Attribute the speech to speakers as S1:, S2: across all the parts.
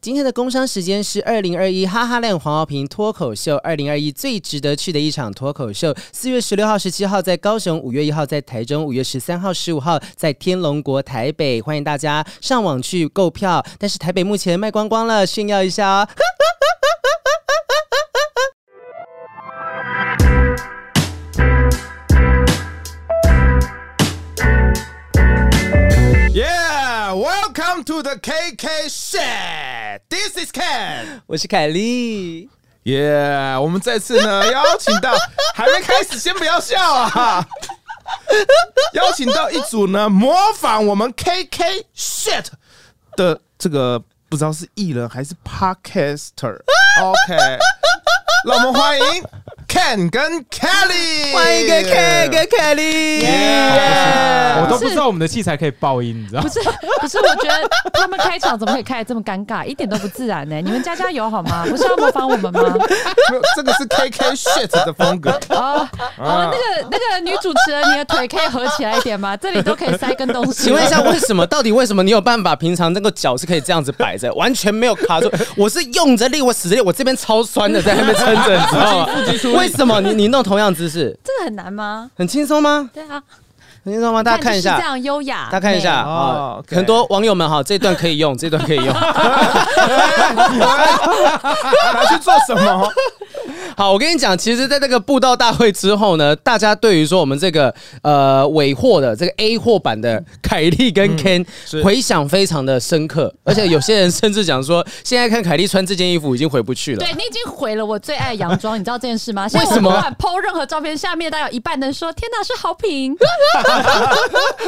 S1: 今天的工商时间是二零二一哈哈亮黄豪平脱口秀，二零二一最值得去的一场脱口秀，四月十六号、十七号在高雄，五月一号在台中，五月十三号、十五号在天龙国台北，欢迎大家上网去购票。但是台北目前卖光光了，炫耀一下哦。
S2: Yeah, welcome to the KK Shed. This is Ken.
S1: 我是凯莉，
S2: Yeah，我们再次呢 邀请到，还没开始，先不要笑 啊。邀请到一组呢模仿我们 KK Shed 的这个不知道是艺人还是 Podcaster。OK，让我们欢迎 Ken 跟 Kelly，
S1: 欢迎跟 K 跟凯莉。
S2: Yeah
S3: 我都不知道我们的器材可以爆音，你知道
S4: 不
S3: 吗？
S4: 是不是，我觉得他们开场怎么可以开的这么尴尬，一点都不自然呢、你们加加油好吗？不是要模仿我们吗？
S2: 没有这个是 KK Shed 的风格。
S4: 哦
S3: 啊
S4: 哦，那个那个女主持人，你的腿可以合起来一点吗？这里都可以塞根东西。
S1: 请问一下，为什么？到底为什么你有办法？平常那个脚是可以这样子摆着，完全没有卡住。我是用着力，我使着力，我这边超酸的，在那边撑着，你知道吗？为什么你你弄同样姿势，
S4: 这个很难吗？
S1: 很轻松吗？
S4: 对啊，
S1: 很轻松吗？大家看一
S4: 就是这
S1: 下。
S4: 样优雅，
S1: 大家看一下啊
S4: 美
S2: 哦，，OK
S1: 很多网友们哈，这段可以用，这段可以用。
S2: 拿去做什么？
S1: 好，我跟你讲，其实，在这个布道大会之后呢，大家对于说我们这个呃尾货的这个 A 货版的凯莉跟 Ken、
S2: 是
S1: 回想非常的深刻，而且有些人甚至讲说，现在看凯莉穿这件衣服已经回不去了
S4: 对。你已经毁了我最爱洋装，你知道这件事吗？现在
S1: 为什
S4: 我
S1: 么
S4: 不管 PO 任何照片，下面大概有一半的人说：“天哪，是好 评。”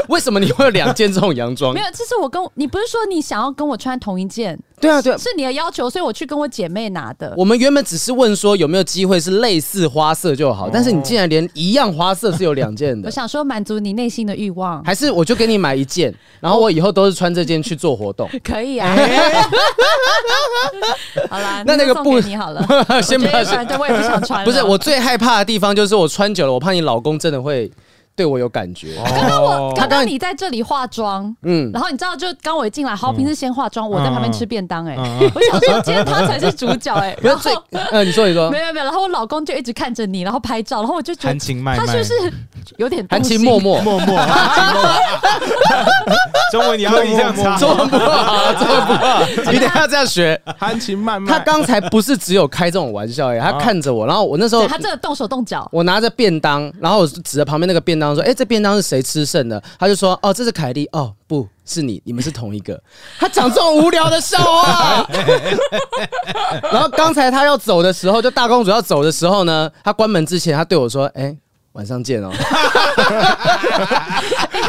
S1: 为什么你会有两件这种洋装
S4: 没？有，这是我跟我你不是说你想要跟我穿同一件，
S1: 对啊，对啊。
S4: 是你的要求，所以我去跟我姐妹拿的。
S1: 我们原本只是问说有没有机会是类似花色就好，但是你竟然连一样花色是有两件
S4: 我
S1: 的，
S4: 想说满足你内心的欲望，
S1: 还是我就给你买一件，然后我以后都是穿这件去做活动。
S4: 可以啊。好啦，
S1: 哎那那个
S4: 就送给
S1: 布
S4: 你好了，
S1: 先不
S4: 我觉
S1: 要
S4: 得反正我也不想穿了。
S1: 不是我最害怕的地方，就是我穿久了，我怕你老公真的会对我有感觉。
S2: 哦
S4: 刚刚我
S3: 哦
S1: 他
S4: 刚
S1: 刚
S4: 刚你在这里化妆，
S1: 嗯
S4: 嗯，然后你知道就刚我一进来，豪平是先化妆，我在旁边吃便当，哎，
S3: 嗯
S4: 我想说今天他才是主角，哎，
S1: 不是
S4: 然
S1: 最
S4: 后。
S1: 呃，你说你说
S4: 没，有没有，然后我老公就一直看着你，然后拍照，然后我就觉
S3: 含
S4: 得
S3: 情脉
S4: 他
S3: 脉，
S4: 是不是有点
S1: 含
S4: 动
S1: 情
S4: 心
S1: 脉脉，
S3: 默 默，中文你要一样差，
S1: 中文不好，中文不好，啊一定要这样学。
S2: 含情脉脉。
S1: 他刚才不是只有开这种玩笑哎，他看着我，然后我那时候
S4: 对他真的动手动脚，
S1: 我拿着便当，然后我指着旁边那个便当说：“哎、这便当是谁吃剩的？”他就说：“哦，这是凯莉。”哦，不是你，你们是同一个。他讲这种无聊的笑话。 然后刚才他要走的时候，就大公主要走的时候呢，他关门之前，他对我说：“哎、晚上见哦。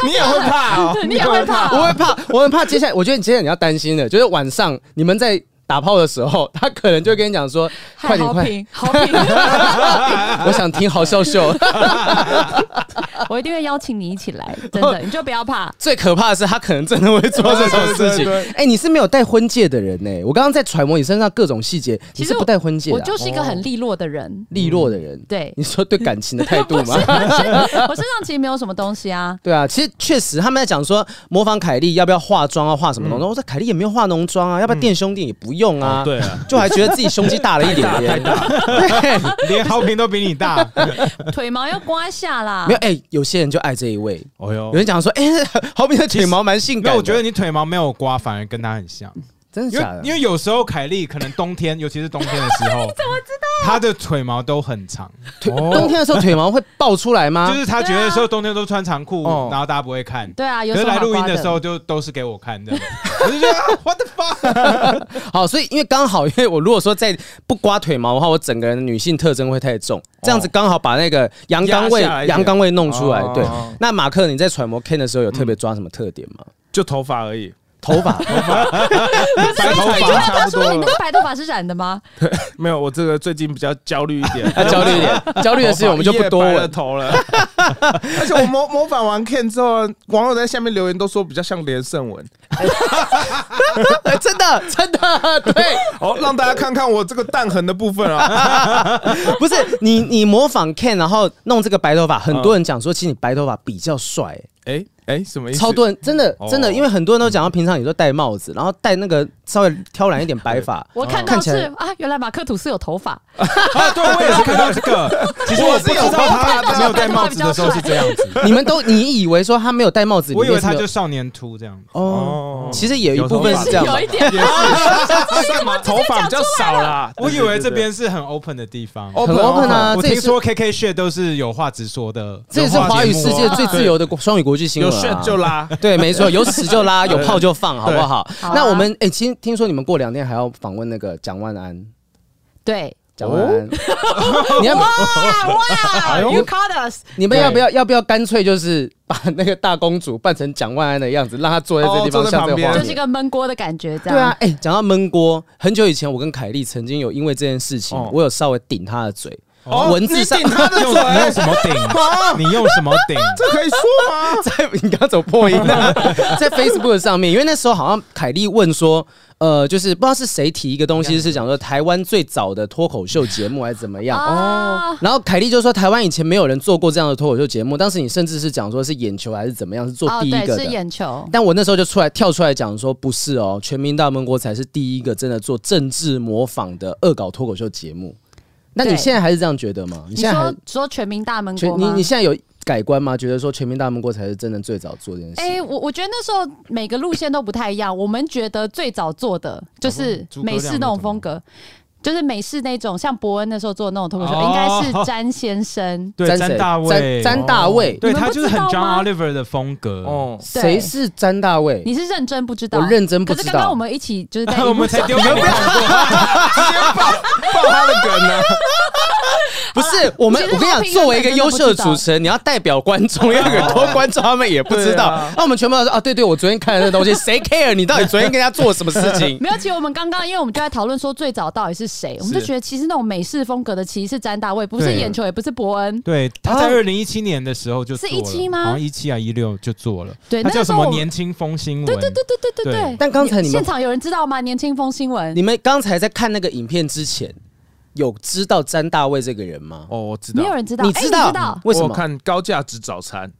S2: 你也会怕哦，
S4: 对你也会怕
S1: 我会怕，我很怕接下来，我觉得你接下来你要担心的，就是晚上你们在打炮的时候，他可能就会跟你讲说：快
S4: 嗨，
S1: 点
S4: 豪
S1: 快点，
S4: 平，豪平，
S1: 我想听好笑秀。
S4: 我一定会邀请你一起来，真的，你就不要怕。
S1: 最可怕的是，他可能真的会做这种事
S2: 对对
S1: 情
S2: 对。
S1: 哎、你是没有戴婚戒的人呢、我刚刚在揣摩你身上各种细节，你
S4: 其
S1: 是
S4: 实
S1: 不戴婚戒的
S4: 我
S1: 啊、
S4: 就是一个很利落的人，
S1: 利落的人。
S4: 对
S1: 你说对感情的态 度吗？
S4: 我身上其实没有什么东 西啊。
S1: 对啊，其实确实他们在讲说模仿凯莉要不要化妆啊，化什么浓妆？我说凯莉也没有化浓妆啊，要不要垫胸垫也不用啊。
S3: 哦对啊，
S1: 就还觉得自己胸肌大了一点点。对，
S3: 连好评都比你大。
S4: 腿毛要刮下啦
S1: 没有。哎、有些人就爱这一位。
S3: 哦哟
S1: 有，人讲说，哎、 好比的腿毛蛮性
S3: 因为
S1: 感的。
S3: 我觉得你腿毛没有刮，反而跟他很像。
S1: 真的
S3: 因
S1: 假
S3: 为
S1: 的？
S3: 因为有时候凯莉可能冬天，尤其是冬天的时候，怎么知道？她的腿毛都很长，
S1: 腿冬天的时候腿毛会爆出来吗？
S3: 就是她觉得说冬天都穿长裤
S2: 哦，
S3: 然后大家不会看。
S4: 对啊，有
S3: 可
S4: 什
S3: 是
S4: 么
S3: 来
S4: 好
S3: 录音
S4: 刮
S3: 的时候，就都是给我看的，我就觉得啊 what the fuck，
S1: 好，所以因为刚好，因为我如果说再不刮腿毛的话，我整个人的女性特征会太重，这样子刚好把那个阳刚味
S2: 压下来一、点
S1: 阳刚味弄出来。
S2: 哦
S1: 对，那马克，你在揣摩 Ken 的时候有特别抓什么特点吗？
S2: 就头发而已，
S1: 头发，
S2: 白头
S4: 你知
S2: 发
S4: 道
S2: 差
S4: 他
S2: 不
S4: 说
S2: 多
S4: 你那
S2: 了。
S4: 个白头发是染的吗？，
S2: 没有，我这个最近比较焦虑一点，
S1: 啊焦虑一点， 焦虑的事情我们就不多
S2: 头发一嗯夜白了
S1: 问。
S2: 头了。 而且我模模仿完 Ken 之后，网友在下面留言都说比较像连胜文，
S1: 哎 真的，真的，对，
S2: 哦，让大家看看我这个弹痕的部分啊。
S1: 不是你，你模仿 Ken，然后弄这个白头发，很多人讲说，其实你白头发比较帅。
S2: 哎，哎，什么意思？
S1: 超多人，真的
S2: 哦
S1: 真的，因为很多人都讲到平常你都戴帽子，然后戴那个稍微挑染一点白发
S4: 我看
S1: 哦看
S4: 到
S1: 起
S4: 是
S1: 来
S4: 啊，原来马克吐斯有头发，
S3: 啊，对我也是看到这个，其实我不知道他没有戴帽子的时候是这样子，
S1: 你们都你以为说他没有戴帽子，
S3: 我以为
S1: 他
S3: 他就少年秃这样。
S1: 哦，
S2: 哦，
S1: 其实也有一部分是这样吧
S4: 有一。点
S2: 也是哎干嘛？头发比较少啦。
S3: 我以为
S2: 对对对对
S3: 这
S2: 哦
S3: 边是很 open 的地方。
S1: 很 open 啊
S3: 我
S1: 这也
S3: 听
S1: 是
S3: 说 KK shit 都是有话直说的，
S1: 这也是
S3: 有话
S1: 华语
S3: 节目
S1: 世
S3: 啊
S1: 界最自由的双语国际新
S2: 有
S1: 闻、
S2: shit
S1: 啊，
S2: 就拉，
S1: 对，没错，有屎就 拉，有炮就放，好不好？
S4: 好啊
S1: 那我们哎，听、听说你们过两天还要访问那个蒋万安，
S4: 对。
S1: 蒋万
S2: 哦
S1: 安，你要不
S4: 哇
S3: 哎呦
S4: You caught us！
S1: 你们要不要要不要干脆就是把那个大公主扮成蒋万安的样子，让她坐在这地
S2: 哦坐
S1: 方像
S2: 在
S1: 这
S2: 旁
S1: 个
S2: 边
S1: 画
S4: 就是一
S1: 面？
S4: 个闷锅的感觉，这
S1: 哎对啊
S4: 样。，
S1: 哎、讲到闷锅，很久以前我跟凯莉曾经有因为这件事情，
S2: 哦
S1: 我有稍微顶她的嘴，
S2: 哦
S1: 文字上
S2: 你顶他 的
S3: 用你用
S2: 嘴，
S3: 什么顶？你用什么 顶？
S2: 这可以说吗？
S1: 在你刚刚走破音了，在 Facebook 上面，因为那时候好像凯莉问说，呃，就是不知道是谁提一个东西，是讲说台湾最早的脱口秀节目还是怎么样。
S4: 哦，
S1: 然后凯莉就说，台湾以前没有人做过这样的脱口秀节目，当时你甚至是讲说是眼球还是怎么样，是做
S4: 哦，
S1: 第一
S4: 对，
S1: 个
S4: 是
S1: 的。
S4: 眼球，
S1: 但我那时候就出来跳出来讲说，不是哦，全民大闷锅才是第一个真的做政治模仿的恶搞脱口秀节目。那你
S4: 对
S1: 现在还是这样觉得吗？你
S4: 你
S1: 现在还
S4: 说说全民大闷锅
S1: 全你
S4: 吗？
S1: 你现在有改观吗？觉得说全民大闷锅才是真的最早做这件事？
S4: 哎、我我觉得那时候每个路线都不太一样。我们觉得最早做的就是
S3: 诸葛
S4: 美
S3: 亮
S4: 式
S3: 那
S4: 那种
S3: 种
S4: 风格，就是美式那种，像伯恩那时候做的那种脱口秀，
S3: 哦
S4: 应该是詹先生。
S3: 对，
S1: 谁
S3: 詹大卫，
S1: 詹詹
S4: 哦
S1: 大卫，
S3: 对
S4: 你们
S3: 他
S4: 不
S3: 就是
S4: 知
S3: 很
S4: 道
S3: John
S4: 吗
S3: Oliver 的风格。哦，
S2: 哦，
S4: 对
S1: 谁是詹大卫？
S4: 你是认真不知道？
S1: 我认真不知
S4: 可
S1: 道。
S4: 是刚刚我们一起 就是在
S3: 我们才丢给你看过，
S2: 爆他的梗啊呢？
S1: 不是我们，
S4: 其实
S1: 我跟你
S4: 好
S1: 讲，
S4: 评
S1: 作为一个
S4: 人真的
S1: 优
S4: 不
S1: 秀的
S4: 知道
S1: 主持人，你要代表观众，因为很 多观众他们也不知
S2: 对
S1: 道
S2: 啊。
S1: 那我们全部都说啊，对对，我昨天看的那东西， 谁 care 你到底昨天跟他做什么事情？
S4: 没有，其实我们刚刚，因为我们就在讨论说最早到底是谁，我们就是觉得其实那种美式风格的其实是詹大卫，不是
S3: 对
S4: 眼球，也不是伯恩。
S3: 对，他 在
S1: 哦
S3: 二零一七年的时候就做了
S4: 是17吗
S3: 好像一七啊一六就做了。
S4: 对
S3: 他
S4: 那
S3: 叫
S4: 个时
S3: 什
S4: 候
S3: 么
S4: 我们
S3: 年轻风新闻？对
S4: 对
S3: 对
S4: 对对对
S3: 对
S4: 对。
S1: 但刚才你们
S4: 现场有人知道吗？年轻风新闻
S1: 你们刚才在看那个影片之前，有知道詹大卫这个人吗？
S2: 哦，我知道
S4: 没有，人知道，
S1: 你
S4: 哎
S1: 知道
S4: 知道？
S1: 为什
S2: 我
S1: 么？
S2: 看高价值早餐，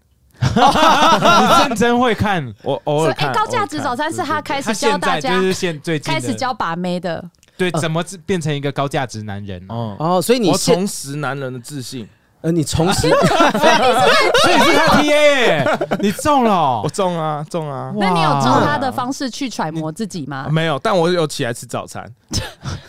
S3: 对， 你认真会看。
S2: 我偶
S4: 所以
S2: 尔
S4: 哎，
S2: 看。
S4: 高价值早餐是他开
S3: 他
S4: 始教
S3: 现
S4: 大
S3: 在
S4: 家
S3: 就是现最近
S4: 开
S3: 的
S4: 始教把妹的，
S3: 对，怎么自变成一个高价值男人？哦，
S2: 哦，
S1: 呃哦，所以你
S2: 我
S1: 现
S2: 重拾男人的自信，
S1: 呃，你重 拾
S3: 所以是他 T A，你中了
S2: 我
S3: 哦。
S2: 中啊中啊，
S4: 那你有
S3: 哇
S4: 照他的方式去揣摩自己
S3: 嗯
S4: 吗？
S2: 没有，但我有起来吃早餐，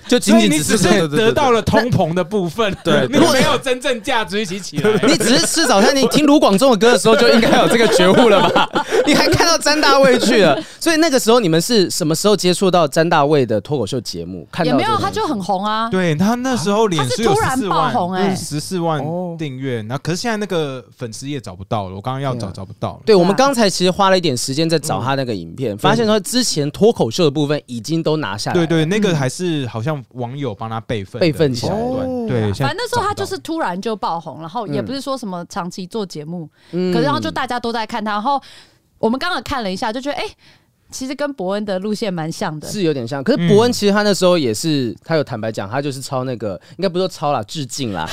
S1: 就
S3: 所
S1: 仅
S3: 以
S1: 仅
S3: 你
S1: 只
S3: 只
S1: 是。
S3: 是得到了通膨的部分，
S2: 对
S3: 你没有真正价值一起起来。
S1: 你只是吃早餐，你听卢广仲的歌的时候就应该有这个觉悟了吧？ 你还看到詹大卫去了，所以那个时候你们是什么时候接触到詹大卫的脱口秀节目？看
S4: 也
S1: 到
S4: 没有，
S1: 这个
S4: 他就很红啊。
S3: 对他那时候脸书有
S4: 他
S3: 十
S4: 是
S3: 四
S4: 突然爆红
S3: 万，嗯
S4: 哎
S3: 十四万
S2: 哦
S3: 订阅，然后可是现在那个粉丝页找不到了，我刚刚要找
S1: 对啊
S3: 找不到了。
S1: 对，我
S4: 对
S1: 们
S4: 啊
S1: 刚才其实花了一点时间在找他那个影片，发现说之前脱口秀的部分已经都拿下来了，
S3: 嗯对对，那个还是好像网友帮他备份的
S1: 备份起来
S3: 一小段
S1: 哦
S3: 对，现在
S4: 反正那时候他就
S3: 找
S4: 是突然就爆红，然后也不是说什么长期做节目，
S1: 嗯
S4: 可是然后就大家都在看他，然后我们刚好看了一下，就觉得哎、其实跟伯恩的路线蛮像的。
S1: 是有点像，可
S3: 嗯
S1: 是伯恩其实他那时候也是，他有坦白讲，他就是抄那个，应该不是说抄啦，致敬 啦，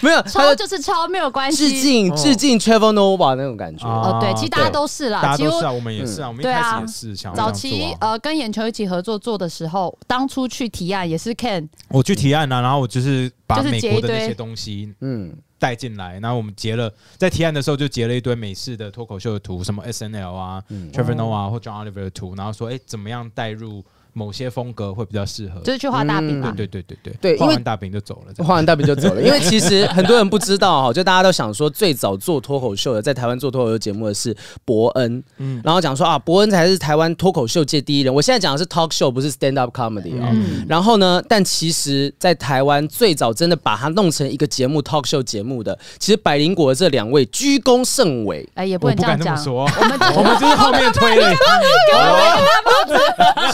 S1: 没有，他
S4: 超
S1: 就
S4: 就是超没有关
S1: 致
S4: 系
S1: 敬致敬 Travel Nova 那种感觉。
S4: 哦，
S3: 哦
S4: 对，其实大家
S2: 对
S4: 都是
S3: 到大
S4: 啦，
S3: 家
S4: 几
S3: 都
S4: 乎
S3: 是啊，我们也是啊，我们一
S4: 对
S3: 开
S4: 啊
S3: 始也是想要这
S4: 早
S3: 样
S4: 期
S3: 做啊。
S4: 呃跟眼球一起合作做的时候，当初去提案也是 Ken，
S3: 我去提案啊，然后我就是把
S4: 就是
S3: 美
S4: 截
S3: 国的
S4: 一
S3: 那
S4: 堆
S3: 些东西
S1: 嗯，
S3: 带进来，然后我们截了，在提案的时候就截了一堆美式的脱口秀的图，什么 S N L 啊、Trevor Noah
S4: 哦
S3: 啊或 John Oliver 的图，然后说哎怎么样带入某些风格会比较适合。
S4: 就是去画大
S1: 嗯
S4: 饼嘛。
S3: 对对对对
S1: 对
S3: 画
S1: 因为
S3: 完大饼就走了。这样
S1: 画完大饼就走了，因为其实很多人不知道哈，就大家都想说最早做脱口秀的，在台湾做脱口秀节目的是伯恩，
S2: 嗯
S1: 然后讲说啊，伯恩才是台湾脱口秀界第一人。我现在讲的是 talk show，不是 stand up comedy 哦。
S4: 嗯
S1: 然后呢，但其实，在台湾最早真的把它弄成一个节目 talk show 节目的，其实百灵果的这两位居功甚伟。。
S4: 哎，也不
S3: 我
S4: 能
S3: 不
S4: 这样
S3: 敢这么
S4: 讲。
S3: 说，我们 我们就是后面推的。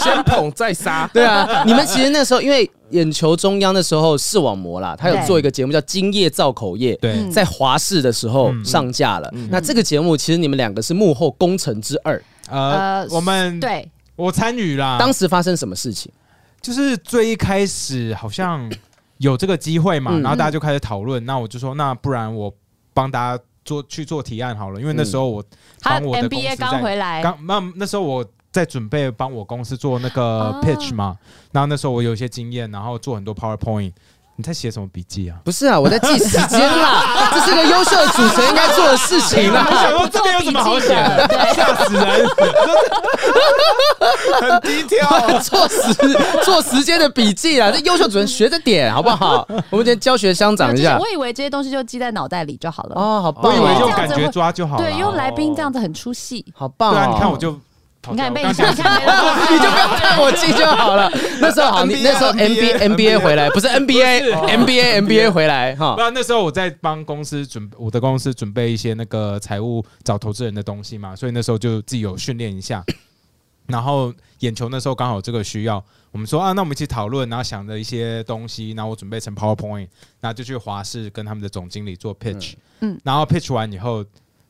S2: 先捧再杀
S1: 对啊，你们其实那时候因为眼球中央的时候视网膜啦，他有
S4: 对
S1: 做一个节目叫《今夜造口业》，
S4: 嗯
S3: 对，
S1: 在华视的时候上架了。那这个节目其实你们两个是幕后功臣之二，
S3: 呃
S4: 呃，
S3: 我们
S4: 对，
S3: 我参与啦，
S1: 当时发生什么事情？
S3: 就是最一开始好像有这个机会嘛，
S1: 嗯
S3: 然后大家就开始讨论。那我就说，那不然我帮大家做去做提案好了，因为那时候我
S4: 他
S3: 帮我的公
S4: MBA
S3: 司
S4: 刚
S3: 在
S4: 回来，
S3: 刚那那时候我在准备帮我公司做那个
S4: 哦
S3: pitch 嘛，然后那时候我有一些经验，然后做很多 PowerPoint。你在写什么笔记啊？
S1: 不是啊，我在记时间 啦，这是个优秀的主持人应该做的事情啊啦。
S3: 啊哎 我想说这边有什么好写的？啊吓死人！
S2: 很低调。
S1: 做时做时间的笔记啊啦，这优秀主持人学着点好不 好？我们今天教学相长一
S4: 就是
S1: 下
S4: 我以为这些东西就记在脑袋里就好了。
S1: 哦，好棒哦！
S3: 我以为
S4: 这
S3: 用
S4: 样
S3: 感
S4: 子
S3: 觉
S4: 会
S3: 抓就好了。
S4: 对，因为来宾这样子很出戏。
S1: 好棒、哦！
S3: 对啊，你看我就跑
S4: 你
S3: 掉
S4: 看
S3: 了
S4: 被
S3: 我
S4: 你
S3: 刚
S4: 看，
S3: 想
S1: 你
S4: 你
S1: 就不要看我记就好了。那时候好，你
S2: NBA
S1: 那时候
S2: NBA
S1: NBA NBA 回来，不是 NBA NBA NBA 回来哈
S3: 不。然那时候我在帮公司准我的公司准备一些那个财务找投资人的东西嘛，所以那时候就自己有训练一下。然后眼球那时候刚好有这个需要，我们说啊，那我们一起讨论，然后想着一些东西，然后我准备成 PowerPoint，然后就去华视跟他们的总经理做 pitch，嗯
S4: 嗯，
S3: 然后 pitch 完以后，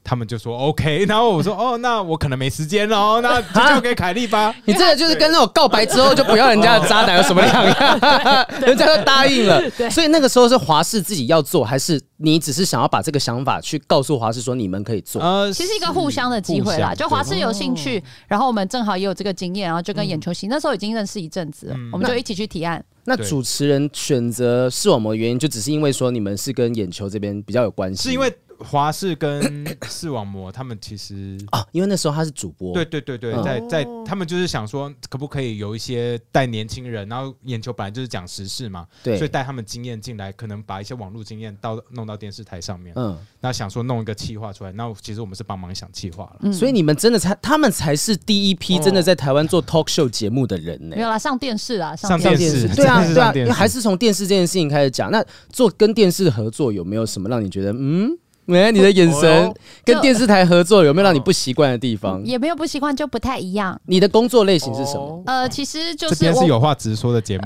S3: 他们就说 OK，然 后我说哦，那我可能没时间哦，那就
S4: 啊
S3: 交给凯莉吧。
S1: 你这个就是跟那种告白之后就不要人家的渣男有什么两样？人家都答应了，所以那个时候是华视自己要做，还是你只是想要把这个想法去告诉华视说你们可以做？
S3: 呃，
S4: 其实一个互相的机会
S3: 互
S4: 啦，
S3: 相
S4: 就华师有兴趣，然后我们正好也有这个经验，然后就跟眼球型那时候已经认识一阵子了
S3: 嗯，
S4: 我们就一起去提案。
S1: 那
S3: 对
S1: 主持人选择视网膜的原因，就只是因为说你们是跟眼球这边比较有关系，
S3: 是因为华视跟视网膜他们其实
S1: 啊，因为那时候他是主播，
S3: 对，对对对，
S1: 嗯
S3: 在在
S4: 哦
S3: 他们就是想说，可不可以有一些带年轻人，然后眼球本来就是讲时事嘛，
S1: 对
S3: 所以带他们经验进来，可能把一些网络经验到弄到电视台上面，
S1: 嗯，
S3: 那想说弄一个企划出来，那其实我们是帮忙想企划了。
S4: 嗯
S1: 所以你们真的才，他们才是第一
S3: 哦
S1: 批真的在台湾做 talk show 节目的人呢、
S4: 没有啦，上电视啦，
S3: 上
S4: 电
S3: 电视
S1: 对啊，
S3: 真的是
S1: 对啊，
S3: 上电视
S1: 因为还是从电视这件事情开始讲。那做跟电视合作有没有什么让你觉得嗯？哎、你的眼
S2: 哦
S1: 神
S2: 哟
S1: 跟电视台合作有没有让你不习惯的地方？
S4: 也没有不习惯，就不太一样。
S1: 你的工作类型是什么？
S4: 呃，其实就
S3: 嗯
S4: 是
S3: 这
S4: 哦
S3: 边是
S4: 我
S3: 有话直说的节目，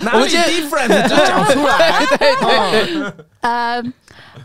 S2: 哪里 different 就讲出来，
S4: 呃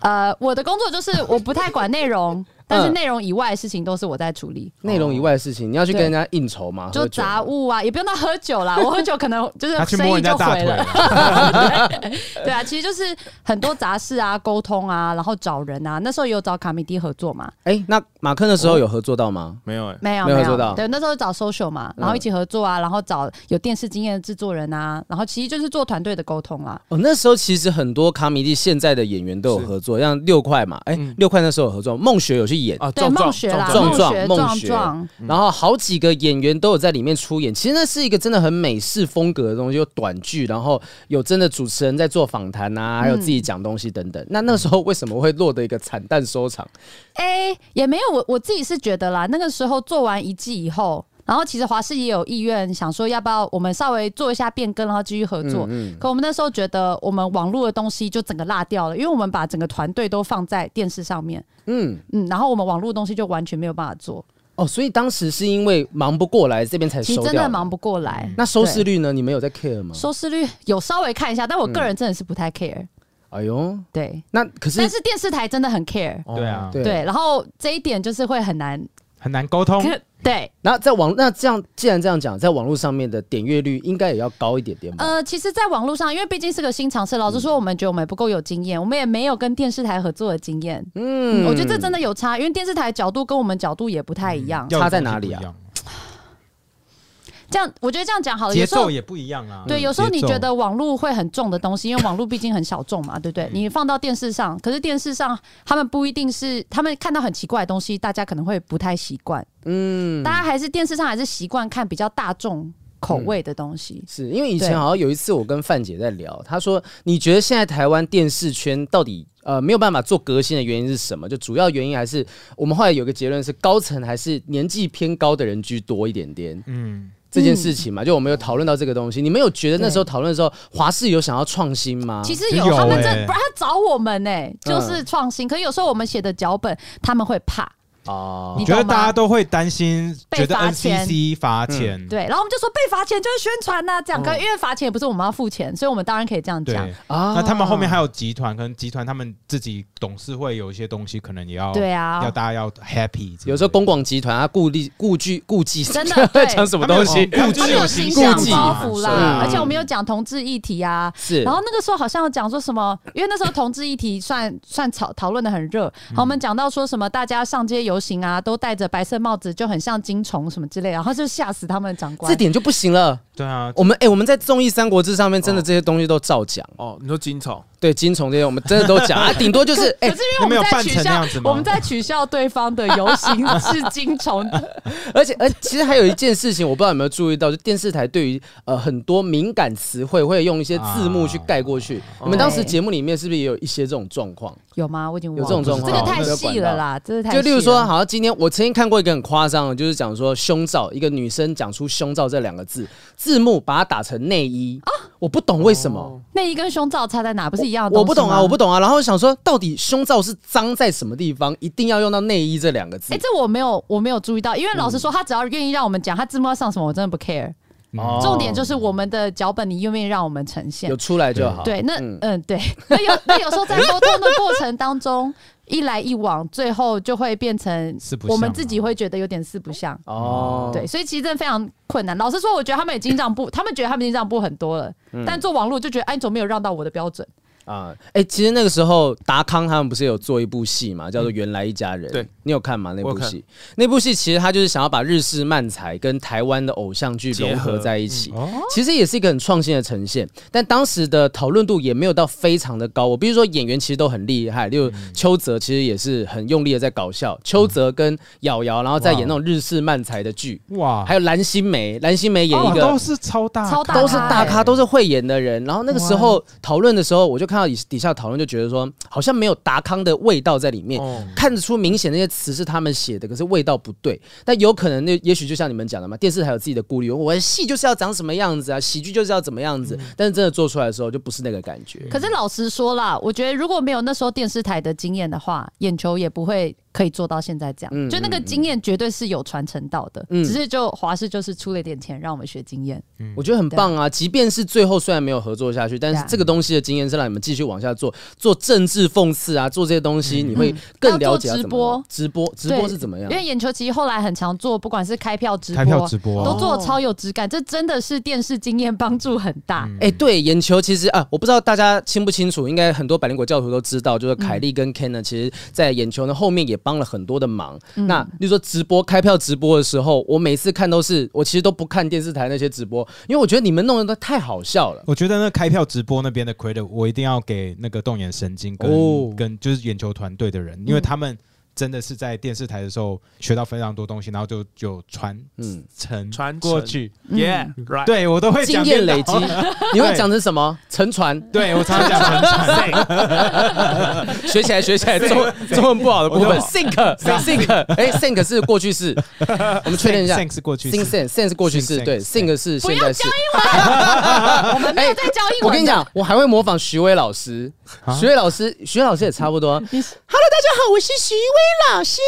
S4: 呃，我的工作就是我不太管内 容，但是
S3: 嗯
S4: 内容以外的事情都是我在处理。
S1: 内容以外的事情，你要去跟人家应酬吗？
S4: 就
S1: 喝酒吗
S4: 杂物啊，也不用到喝酒啦。我喝酒可能就是
S3: 他去
S4: 生
S3: 摸
S4: 意
S3: 人家
S4: 就
S3: 大
S4: 毁
S3: 腿
S4: 了。
S3: 了，
S4: 对啊，其实就是很多杂事啊，沟通啊，然后找人啊。那时候也有找卡米蒂合作嘛，
S1: 哎、那马克那时候有合作到吗？
S2: 没有哎，
S4: 没有
S1: 没有
S4: 没
S1: 合作到嗯
S4: 有，对，那时候找 social 嘛，然后一起合作啊，然后找有电视经验的制作人啊，然后其实就是做团队的沟通啊啦。
S1: 哦，那时候其实很多卡米蒂现在的演员都有合作，像六块嘛，哎、六块那时候有合作，孟雪有去演，
S2: 啊，
S4: 对，
S2: 壮
S4: 梦
S2: 壮
S4: 学啦，
S1: 壮
S4: 梦
S1: 壮
S4: 学
S1: 梦
S4: 壮
S1: 学
S4: 壮，
S1: 然后好几个演员都有在里面出演。其实那是一个真的很美式风格的东西，有短剧，然后有真的主持人在做访谈啊，还有自己讲东西等等。那那时候为什么会落得一个惨淡收场？
S4: 哎、也没有，我我自己是觉得啦，那个时候做完一季以后，然后其实华视也有意愿想说，要不要我们稍微做一下变更，然后继续合作。
S1: 嗯
S4: 可我们那时候觉得，我们网络的东西就整个落掉了，因为我们把整个团队都放在电视上面，
S1: 嗯，
S4: 嗯，然后我们网络的东西就完全没有办法做，
S1: 哦，所以当时是因为忙不过来，这边才
S4: 其实
S1: 收
S4: 真
S1: 掉嗯
S4: 的
S1: 的。
S4: 忙不过来。
S1: 那收视率呢？你们有在 care 吗？
S4: 收视率有稍微看一下，但我个人真的是不太 care、
S1: 哎呦，
S4: 对，
S1: 那可是
S4: 但是电视台真的很 care。
S1: 哦
S3: 对啊
S1: 对。
S4: 对，然后这一点就是会很难，
S3: 很难沟通。
S4: 可对，
S1: 然后在网那这样，既然这样讲，在网络上面的点阅率应该也要高一点
S3: 嗯
S1: 点吧？
S4: 呃，其实，在网络上，因为毕竟是个新尝试，老实说，我们觉得我们不够有经验，我们也没有跟电视台合作的经验。嗯，我觉得这真的有差，因为电视台角度跟我们角度也不太一样。
S3: 要的
S1: 差在
S3: 东西
S1: 哪里啊
S3: 不一样？
S4: 这样，我觉得这样讲好了。哦
S3: 节
S4: 有时候
S3: 奏，也不一样啊。
S1: 嗯
S4: 对，有时候你
S3: 节奏
S4: 觉得网络会很重的东西，因为网络毕竟很小众嘛，对不对？你放到电视上，可是电视上他们不一定是他们看到很奇怪的东西，大家可能会不太习惯。嗯，大家还是电视上还是习惯看比较大众口味的东西。
S1: 是因为以前
S4: 对
S1: 好像有一次我跟范姐在聊，她说你觉得现在台湾电视圈到底呃没有办法做革新的原因是什么？就主要原因还是我们后来有个结论是高层还是年纪偏高的人居多一点点。
S3: 嗯，
S1: 这件事情嘛，就我们有讨论到这个东西。你们有觉得那时候讨论的时候，华视有想要创新吗？
S4: 其实
S3: 其实
S4: 有，
S3: 有
S4: 他们
S1: 嗯
S4: 欸
S3: 欸
S4: 这不是他找我们呢、就是创新。可是有时候我们写的脚本，他们会怕，
S1: 哦
S4: 你
S3: 觉得
S4: 懂吗
S3: 大家都会担心，
S4: 被
S3: 觉得
S4: 罚钱嗯
S3: NCC 罚
S1: 嗯
S3: 钱，
S4: 对，然后我们就说被罚钱就是宣传呐、这样可因为罚钱也不是我们要付钱，所以我们当然可以这样
S3: 对
S4: 讲。
S1: 啊
S3: 那他
S4: 哦
S3: 们后面还有集团，可能集团他们自己董事会有一些东西，可能也要
S4: 对啊
S3: 要大家要 happy 之类的。
S1: 有时候公广集团啊，顾虑顾忌顾忌，
S4: 真的对
S1: 讲什么
S3: 他们有
S1: 东西？
S3: 他们
S4: 他们
S3: 有
S4: 哦有
S3: 形
S1: 象
S4: 形象
S1: 顾忌
S4: 包
S1: 嘛
S4: 袱
S1: 是啊
S4: 啦，而且我们有讲同志议题啊。
S1: 是，
S4: 然后那个时候好像有讲说什么，因为那时候同志议题算算讨讨论的很热，
S1: 嗯
S4: 然后我们讲到说什么大家上街游行啊，都戴着白色帽子，就很像金虫什么之类，然后就吓死他们的长官
S1: 这。点就不行了。
S3: 对啊，
S1: 我们哎、我们在综艺《三国志》上面
S3: 哦
S1: 真的这些东西都照讲，
S2: 哦，你说金虫，
S1: 对金虫这些我们真的都讲 啊，顶多就是哎、
S4: 可是因为我
S3: 你们有
S4: 们在
S3: 扮
S4: 取
S3: 成那
S4: 笑
S3: 样子，吗
S4: 我们在取笑对方的游 行是金虫，
S1: 哎而且而其实还有一件事情，我不知道有没有注意到，就电视台对于呃很多敏感词汇会用一些字幕去盖过
S4: 啊
S1: 去。你们当时节目里面是不是也有一些这种状况？
S4: 有吗？我已经忘了
S1: 有这种状况哦
S4: 这个太细了啦，这是太细
S1: 就
S4: 了
S1: 例如说，好像今天我曾经看过一个很夸张的，就是讲说胸罩，一个女生讲出胸罩这两个字，字幕把它打成内衣我不懂为什么。
S2: 哦
S4: 内衣跟胸罩差在哪？啊哦不是一样的
S1: 我不
S4: 东西
S1: 懂啊，
S4: 吗哎
S1: 我不。懂啊。然后想说，到底胸罩是脏在什么地方，一定要用到内衣这两个字
S4: 哎、？这我没有，我没有注意到，因为老实说，他只要愿意让我们讲，他字幕要上什么，我真的不 care。
S1: 哦
S3: 嗯
S4: 重点就是我们的脚本，你愿不愿意让我们呈现
S1: 有？出来就好。
S4: 对，那
S1: 嗯
S4: 嗯对， 那有那有时候在沟通的过程当中， 一来一往，最后就会变成
S3: 四不像啊
S4: 我们自己会觉得有点四不像。
S1: 哦，
S4: 对，，所以其实真的非常困难。老实说，我觉得他们已经让步，他们觉得他们已经让步很多了，
S1: 嗯
S4: 但做网络就觉得，哎，你怎么没有让到我的标准？
S1: 啊，哎，其实那个时候达康他们不是有做一部戏嘛，叫做《原来一家人》。
S2: 嗯对，
S1: 你有看吗？那部
S2: 我有看
S1: 戏，那部戏其实他就是想要把日式漫才跟台湾的偶像剧
S2: 结
S1: 融合
S2: 合嗯
S1: 在一起。
S3: 哦
S1: 其实也是一个很创新的呈现，但当时的讨论度也没有到非常的高。我必须说，演员其实都很厉害，例如
S2: 嗯
S1: 邱泽其实也是很用力的在搞笑，邱泽跟瑶瑶，然后再演那种日式漫才的剧，
S3: 哇，
S1: 还有蓝心湄，蓝心湄演一
S3: 哦
S1: 个
S3: 都是超大
S4: 超大
S1: 都是大
S4: 咖
S1: 咖，
S4: 欸
S1: 都是会演的人。然后那个时候讨论的时候，我就看到底底下讨论，就觉得说好像没有达康的味道在里面。
S2: 哦，
S1: 看得出明显那些词是他们写的，可是味道不对。但有可能那也许就像你们讲的嘛，电视台有自己的顾虑，我的戏就是要长什么样子啊，喜剧就是要怎么样子。但是真的做出来的时候，就不是那个感觉。
S4: 嗯可是老实说啦，我觉得如果没有那时候电视台的经验的话，眼球也不会可以做到现在这样。
S1: 嗯
S4: 就那个经验绝对是有传承到的，
S1: 嗯
S4: 只是就华视就是出了一点钱让我们学经验。
S1: 我觉得很棒啊！即便是最后虽然没有合作下去，但是
S4: 对啊
S1: 这个东西的经验是让你们继续往下做，做政治讽刺啊，做这些东西，你会更了解要怎么弄
S4: 嗯要做
S1: 直播，直播是怎么样
S4: 因？为眼球其实后来很常做，不管是开票直播，
S3: 开票直播
S4: 都
S3: 啊，
S1: 哦
S4: 做得超有质感，这真的是电视经验帮助很大。
S3: 嗯
S1: 哎、对，眼球其实啊，我不知道大家清不清楚，应该很多百灵果教徒都知道，就是凯莉跟 Ken 呢，其实在眼球呢后面也帮了很多的忙。那例如说直播开票直播的时候，我每次看都是，我其实都不看电视台那些直播，因为我觉得你们弄的都太好笑 了。
S3: 我觉得那开票直播那边的 credit，我一定要给那个动眼神经跟、
S1: 哦
S3: 跟就是眼球团队的人，
S4: 嗯
S3: 因为他们真的是在电视台的时候学到非常多东西，然后就有传
S1: 嗯
S3: 承
S2: 传承
S3: 过去。
S2: ，Yeah，right，
S3: 对我都会
S1: 经
S3: 讲
S1: 验
S3: 颠倒
S1: 累积，你会讲成什么？沉船，
S3: 对我常常讲成
S1: 学起来，学起来，中文中文不好的部
S3: 我
S1: 分
S3: 懂
S1: ，think，think，哎，think 是过去式，我们确认一下
S3: thanks 过去式
S1: think sense sense 过去
S3: think
S1: 式，
S3: sense，
S1: 对
S3: 对
S1: ，think 是
S4: 不
S1: 现
S4: 要
S1: 在
S4: 教
S1: 式。
S4: 英文，我 们没有在教英文。
S1: 我跟你，讲，我还会模仿徐威老师，徐威老师，徐威老师也差不多。Hello，大家好，我是徐威老师，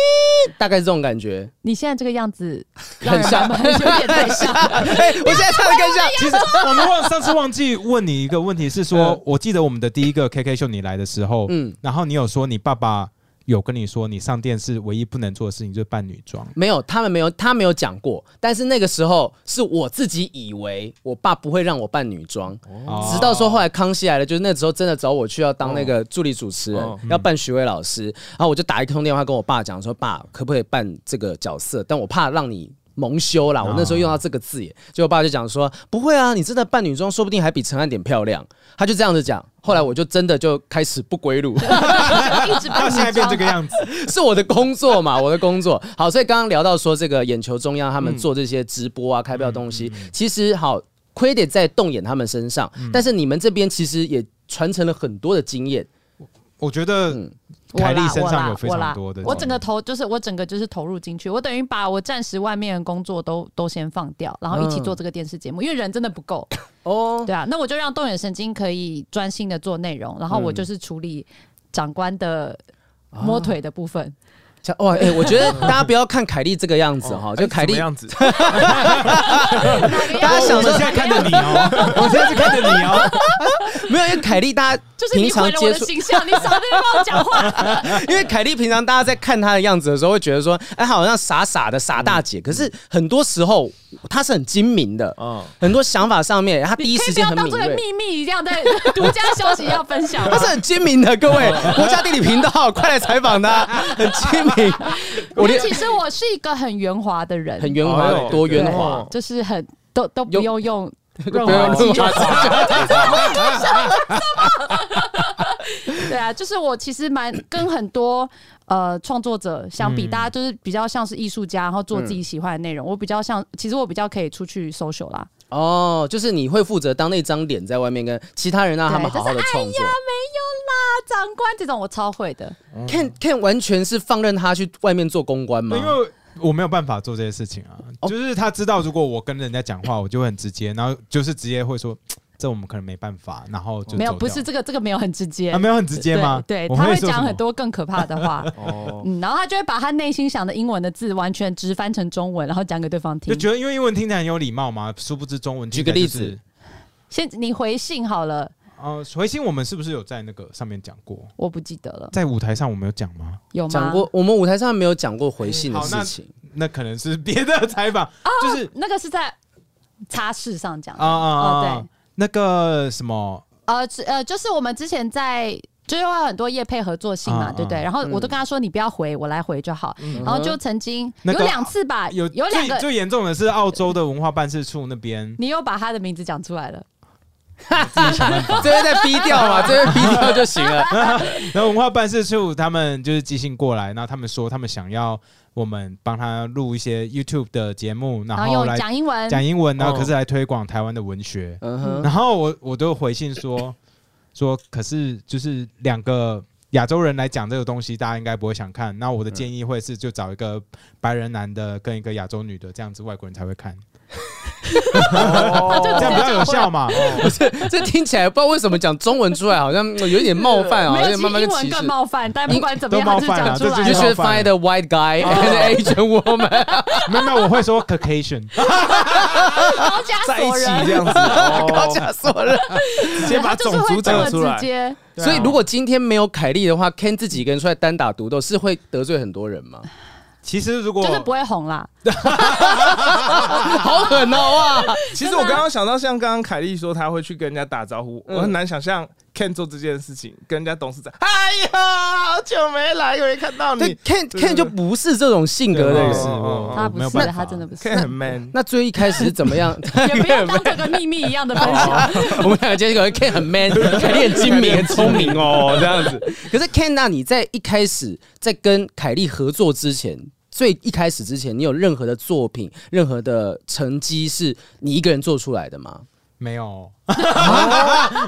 S1: 大概是这种感 觉，
S4: 你现在这个样子让
S1: 很
S4: 人
S1: 像，
S4: 蛮有点太 像。
S1: 哎我现在唱的更像。
S3: 其实我们忘上次忘记问你一个问题，是说我记得我们的第一个 KK 秀你来的时候，
S1: 嗯
S3: 嗯，然后你有说你爸爸有跟你说，你上电视唯一不能做的事情就是扮女装。
S1: 没有，他们没有，他没有讲过。但是那个时候是我自己以为我爸不会让我扮女装，
S3: 哦
S1: 直到说后来康熙来了，就是那时候真的找我去要当那个助理主持人，
S2: 哦
S1: 要扮徐伟老师，然后我就打一通电话跟我爸讲说，爸可不可以扮这个角色？但我怕让你。蒙羞啦！我那时候用到这个字眼，结果我爸就讲说：“不会啊，你真的扮女装，说不定还比陈汉典漂亮。”他就这样子讲。后来我就真的就开始不归路，
S4: 一直
S3: 到
S4: 扮
S3: 现在变这个样子，
S4: 嗯
S1: 是我的工作嘛， 我的工作。好，所以刚刚聊到说这个眼球中央他
S3: 嗯
S1: 们做这些直播啊、开票东西，其实好 credit 在动眼他们身上，
S3: 嗯
S1: 但是你们这边其实也传承了很多的经验。
S3: 我觉得凯莉身上有
S4: 嗯
S3: 非
S4: 我啦
S3: 常多的
S4: 我啦我整个投就是我整个就是投入进去，我等于把我暂时外面的工作都都先放掉，然后一起做这个电视节目，因为人真的不 够，
S1: 哦，
S4: 对啊，那我就让动眼神经可以专心的做内容，然后我就是处理长官的摸腿的部分，
S1: 像哇，哎、我觉得大家不要看凯莉这个样
S3: 哦
S1: 子哈、就凯
S2: 哎
S1: 莉
S2: 什么，样子，
S1: 大家想
S3: 我们
S1: 说
S3: 现在看着 你哦，我现在是看着你哦，
S1: 没有，因为凯莉大家
S4: 就是
S1: 平
S4: 你毁
S1: 常
S4: 了我
S1: 接
S4: 的
S1: 触，
S4: 形象，你少在那边帮我讲 话。
S1: 因为凯莉平常大家在看她的样子的时候，会觉得说，哎，她好像傻傻的傻大
S3: 嗯
S1: 姐，可是很多时候她是很精明的，
S2: 嗯，
S3: 哦
S1: 很多想法上面她第一
S4: 你可
S1: 时
S4: 以不
S1: 间
S4: 要
S1: 很
S4: 当
S1: 敏
S4: 做个
S1: 锐。
S4: 秘密一样在独家消息要 分享吗
S1: 她是很精明的，各位
S4: 哦
S1: 国家地理频道，快来采访 她，很精明。我
S4: 但
S1: 连
S4: 其实我是一个很圆滑的人，
S1: 很圆滑
S2: 哎呦，
S1: 多圆
S4: 对
S1: 滑，
S4: 就是很都都不用用。
S1: 不要
S3: 润滑剂
S4: 对啊，就是我其实 蛮跟很多呃创作者相比，
S3: 嗯
S4: 大家就是比较像是艺术家，然后做自己喜欢的内
S1: 嗯
S4: 容。我比较像，其实我比较可以出去 social 啦。
S1: 哦，就是你会负责当那张脸在外面跟其他人让啊他们好好
S4: 哎
S1: 的创作。
S4: 大长官这种我超会的，
S1: 看看完全是放任他去外面做公关吗
S3: 因？
S4: 啊
S3: 为我没有办法做这些事情啊。
S1: 哦
S3: 就是他知道，如果我跟人家讲话，我就会很直接，然后就是直接会说，这我们可能没办法，然后就
S4: 没有
S3: 走掉
S4: 不是这个这个没有很直接
S3: 啊，，没有很直接吗？
S4: 对，对
S3: 我
S4: 他会
S3: 说什
S4: 讲
S3: 么
S4: 很。多更可怕的话。
S2: 哦，
S4: 嗯，然后他就会把他内心想的英文的字完全直翻成中文，然后讲给对方听
S3: 就。觉得因为英文听起来很有礼貌嘛，殊不知中文听起来就是。
S1: 举个例子
S4: 先你回信好了，
S3: 呃，回信我们是不是有在那个上面讲过？
S4: 我不记得了，
S3: 在舞台上我们有讲吗？
S4: 有吗？
S1: 讲过，我们舞台上没有讲过回信的
S3: 好那
S1: 事 情。
S3: 那可能是别的采访，
S4: 哦
S3: 就是
S4: 那个是在擦拭上讲的
S3: 啊啊啊，
S4: 哦
S3: 对，那个什么，
S4: 呃只呃，就是我们之前在。就是会有很多业配合作信嘛，
S3: 啊
S4: 对不对？
S3: 啊
S4: 然后我都跟他说你不要回，我来回就好。然后就曾经
S3: 那
S4: 有
S3: 个啊
S4: 两次吧，有
S3: 有
S4: 啊有两
S3: 最
S4: 个，
S3: 最严重的是澳洲的文化办事处 那边，
S4: 你又把他的名字讲出来了。
S1: 这边在逼掉 嘛，这边逼掉就行了。
S3: 然后文化办事处他们就是寄信过来，然后他们说他们想要我们帮他录一些 YouTube 的节目，
S4: 然
S3: 然
S4: 后
S3: 后
S4: 用
S3: 来
S4: 讲英文，
S3: 讲英文，然后
S2: 哦
S3: 可是来推广台湾的文学。
S1: 嗯哼，
S3: 然后我我都回信 说说，可是就是两个亚洲人来讲这个东西，大家应该不会想看。那我的建议会是，就找一个白人男的跟一个亚洲女的，这样子外国人才会看，哦这样比较有效嘛。 哦
S1: 这听起来不知道为什么讲中文出来好像有一点冒犯啊，
S4: 没
S1: 有
S4: 有，
S1: 点
S4: 其
S1: 慢
S4: 实
S1: 慢
S4: 英
S1: 的
S4: 文
S1: 歧视
S4: 更。冒犯，但不管怎么样，他
S3: 都冒
S4: 就是
S3: 犯
S4: 讲
S3: 啊
S4: 出来
S3: 这
S4: 了。
S3: 就
S1: You
S3: 是
S1: should find a white guy
S4: 哦
S1: and an Asian woman。
S3: 没有没有，我会说 Caucasian，
S4: 高加
S2: 在一
S4: 索
S2: 起
S4: 人，
S2: 这样 子，
S1: 高
S2: 哦
S1: 加索人。
S2: 先把
S4: 他就是
S2: 种
S4: 会
S2: 族
S4: 这么
S2: 讲
S4: 直
S2: 出来，
S4: 接。
S2: 对啊
S1: 所以如果今天没有凯莉的话，Ken 自己一个人出来单打独斗，是会得罪很多人吗？
S3: 其实如果
S4: 就是不会红啦，
S1: 好狠哦哇！
S2: 其实我刚刚想到，像刚刚凯莉说她会去跟人家打招呼，
S1: 嗯
S2: 我很难想象 Ken 做这件事情，跟人家董事长，哎呀，好久没来，没看到
S1: 对
S2: 你
S1: ，Ken
S2: 对对
S1: Ken 就不是这种性格的
S2: 对
S3: 类
S2: 对
S3: 似
S2: 对
S1: 人。
S3: 我我
S4: 他不
S3: 哦没有
S4: 是
S3: 办
S4: 的，
S3: 法，
S4: 他真的不是，
S2: ，Ken 很 man，
S1: 那最一开始是怎么样？
S4: 也不要当这个秘密一样的分
S3: 哦
S4: 享。
S1: 我们两个今天可能 Ken 很 man，凯莉很 精明、很聪明哦，这样子。可是 Ken 啊，你在一开始在跟凯莉合作之前，最一开始之前，你有任何的作品、任何的成绩是你一个人做出来的吗？
S3: 没有，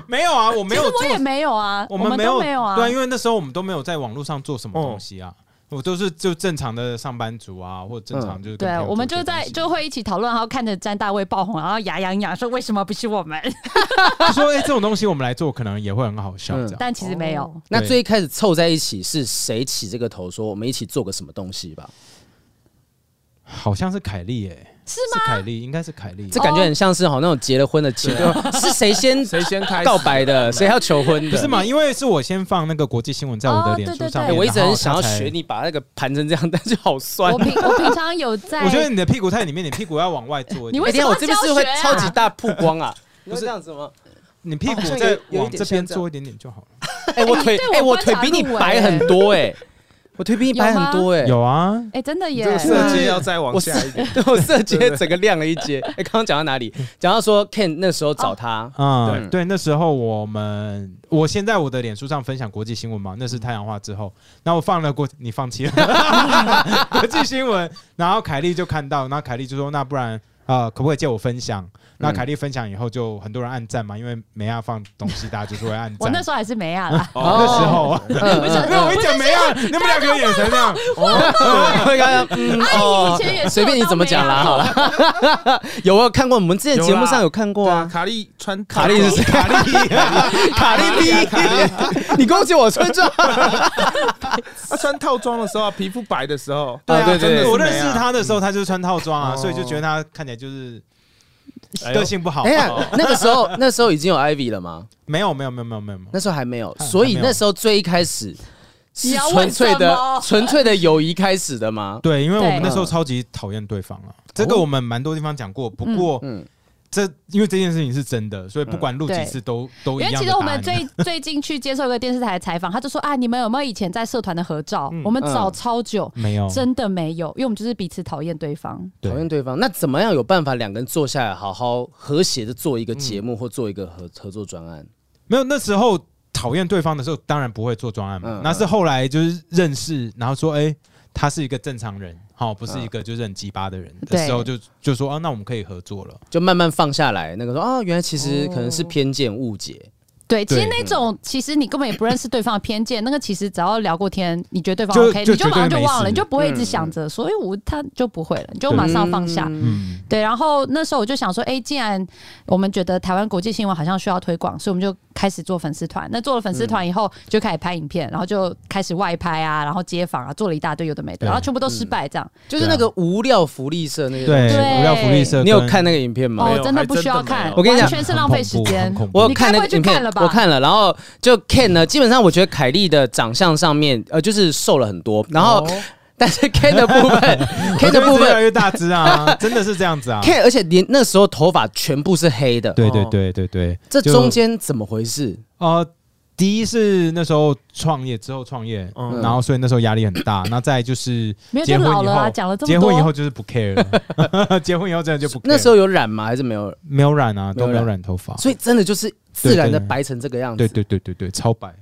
S3: 没有啊，我没
S4: 其
S3: 有
S4: 实
S3: 做
S4: 我也没有 啊，我
S3: 们
S4: 们都没有啊。
S3: 对，因为那时候我们都没有在网络上做什么东西啊。我都是就正常的上班族啊，或者正常就是
S1: 嗯
S3: 跟
S4: 对
S3: 朋友
S4: 我们
S3: 做
S4: 就
S3: 一些东
S4: 在
S3: 西
S4: 就会一起讨论，然后看着詹大卫爆红，然后牙痒痒说为什么不是我们？
S3: 哦就说哎、欸这种东西我们来做，可能也会很好笑
S1: 嗯
S3: 这样。
S4: 但其实没有，
S1: 那最一开始凑在一起是谁起这个头说我们一起做个什么东西吧？
S3: 好像是凯莉哎、
S4: 是
S3: 是凯莉，应该是凯莉。
S1: 这感觉
S4: 哦
S1: 很像是好那种结了婚的情侣，是谁先
S2: 谁先开始
S1: 告？白的，谁要求婚的？
S3: 不是嘛？因为是我先放那个国际新闻在我
S4: 哦
S3: 的脸书上
S1: 哎？
S3: 面，
S1: 我一直
S3: 然
S1: 很
S3: 后
S1: 想要
S3: 他才
S1: 学。你把那个盘成这样，但是好酸
S4: 我。平 我平常有在，
S3: 我觉得你的屁股太里面，你屁股要往外坐一
S4: 你
S3: 点。
S4: 为
S1: 哎
S4: 什
S1: 等一下
S4: 么
S1: 我
S4: 要
S1: 这边是会
S4: 教学啊
S1: 超级大曝光啊？ 你会
S3: 不是
S1: 这样子吗？
S3: 你屁
S1: 好
S3: 股
S1: 像哦有
S3: 再
S1: 有一
S3: 往
S1: 点
S3: 这
S1: 像
S3: 边
S1: 这样
S3: 坐一点点就好了。
S1: 哎、我
S4: 哎
S1: 腿
S4: 你对
S1: 哎、
S4: 我
S1: 我
S4: 观
S1: 腿
S4: 察
S1: 比你
S4: 入微
S1: 白很多哎、我腿比你白很多哎、
S3: 有啊，
S4: 哎，真的
S2: 你
S4: 耶嗯
S2: 这，个色阶要再往
S1: 我
S2: 下一点，
S1: 对我色阶整个亮了一阶。哎、刚刚讲到哪里？讲到说 Ken 那时候找
S4: 哦
S1: 他，
S3: 嗯，对，那时候我们，我先在我的脸书上分享国际新闻嘛，那是太阳花之后，那我放了国，你放弃了国际新闻，然后凯莉就看到，然后凯莉就说，那不然呃，可不可以借我分享？那凯莉分享以后，就很多人按赞嘛，因为没亚放东西，大家就是会按
S4: 我
S3: 赞。
S4: 那时候还是没啊 啦，
S2: 哦
S1: 候
S3: 那时候，
S1: 嗯
S3: 没有我一讲没亚，你们两个眼神那样，
S1: 会 刚刚嗯
S4: 阿姨以前也是
S1: 随便你怎么讲啦，好了。 有我有看过，我们之前节目上有看过
S2: 对啊，
S1: 啊。
S2: 卡莉穿 啊
S1: 卡莉是谁？
S2: 卡莉，
S1: 卡莉 B， 你攻击我村庄，
S2: 他穿套装的时候啊，皮肤白的时候，
S1: 啊对对
S2: 真的是
S3: 我
S2: 美啊
S3: 认识他的时候，他就是穿套装啊，
S2: 哦
S3: 所以就觉得他看起来就是
S2: 哎呦
S3: 个性不好
S1: 哎。呀， 那个时候那时候已经有 Ivy 了吗？
S3: 没有没有没有没有没有，没有
S1: 那时候还没有，
S3: 还
S1: 所以
S3: 还没有
S1: 那时候最一开始是
S4: 你要
S1: 纯
S4: 问
S1: 粹
S4: 什
S1: 的
S4: 么
S1: 纯粹的友谊开始的吗？
S3: 对，因为我们
S4: 对
S3: 那时候超级讨厌对方了，这个我们蛮多地方讲过，不过
S1: 哦嗯嗯
S3: 这因为这件事情是真的，所以不管录几次都都一
S4: 因为
S3: 样
S4: 其
S3: 的
S4: 实我
S3: 答
S4: 们
S3: 案。
S4: 最 最近去接受一个电视台的采访，他就说啊，你们有没有以前在社团的合照？
S3: 嗯
S4: 我们
S1: 嗯
S4: 找超久，
S3: 没有
S4: 真的没有，因为我们就是彼此讨厌对方。
S3: 对
S1: 讨厌对方，那怎么样有办法两个人坐下来好好和谐的做一个节目或做一个合合作专案？
S3: 没有那时候讨厌对方的时候，当然不会做专案
S1: 嗯
S3: 嘛
S1: 嗯。
S3: 那是后来就是认识，然后说，哎，他是一个正常人，好，不
S1: 嗯
S3: 是一个就是很鸡巴的人的
S4: 对
S3: 时候，就就说，哦，那我们可以合作了。
S1: 就慢慢放下来，那个说哦，原来其实可能是
S4: 哦
S1: 偏见误解，
S4: 对，其实
S3: 对嗯
S4: 那种其实你根本也不认识对方的偏见，那个其实只要聊过天，你觉得对方
S3: 就
S4: OK，
S3: 就
S4: 你就马上就忘了，
S3: 绝对没事
S4: 你就不会一直想着说，哎，我他就不会了，你就马上放下。
S3: 嗯，
S4: 对，然后那时候我就想说，哎，既然我们觉得台湾国际新闻好像需要推广，所以我们就开始做粉丝团。那做了粉丝团以后，就开始拍影片，然后就开始外拍啊，然后街访啊，做了一大堆有的没的，
S3: 对
S4: 然后全部都失败这样。
S1: 就是那个无料福利社那个。
S3: 对，
S4: 对
S3: 无料福利社，
S1: 嗯你有看？那个影
S3: 嗯
S1: 片吗？
S2: 没
S4: 哦
S2: 有，
S4: 真的不需
S2: 还
S4: 要
S2: 真的没
S4: 看，
S2: 有
S1: 我跟你讲
S4: 完全是浪费时间。
S1: 我
S4: 你
S1: 看那个
S4: 该不会去
S1: 影片
S4: 看了吧
S1: 我看了，然后就 Ken 呢，基本上我觉得凯莉的长相上面，呃，就是瘦了很多，然
S3: 哦
S1: 后、 但是 Ken 的部分 ，Ken 的部
S3: 越来
S1: 分
S3: 越大只啊，真的是这样 子啊。
S1: ，Ken 而且连那时候头发全部是黑的，
S3: 对对对对对，
S1: 这
S3: 就
S1: 中间怎么回事？
S3: 呃，第一是那时候创业之后创业，
S2: 嗯
S3: 然后所以那时候压力很大。那再来就是
S4: 没有就
S3: 结婚
S4: 老
S3: 以
S4: 了啊，
S3: 后，
S4: 讲了这么
S3: 结
S4: 多，
S3: 婚以后就是不 care，了 结婚以后真的就不 care。
S1: 那时候有染吗？还是没有？
S3: 没有染啊，
S1: 没有
S3: 都
S1: 染
S3: 没有染头发。
S1: 所以真的就是自然的白成这个样子。
S3: 对对对对对，超白。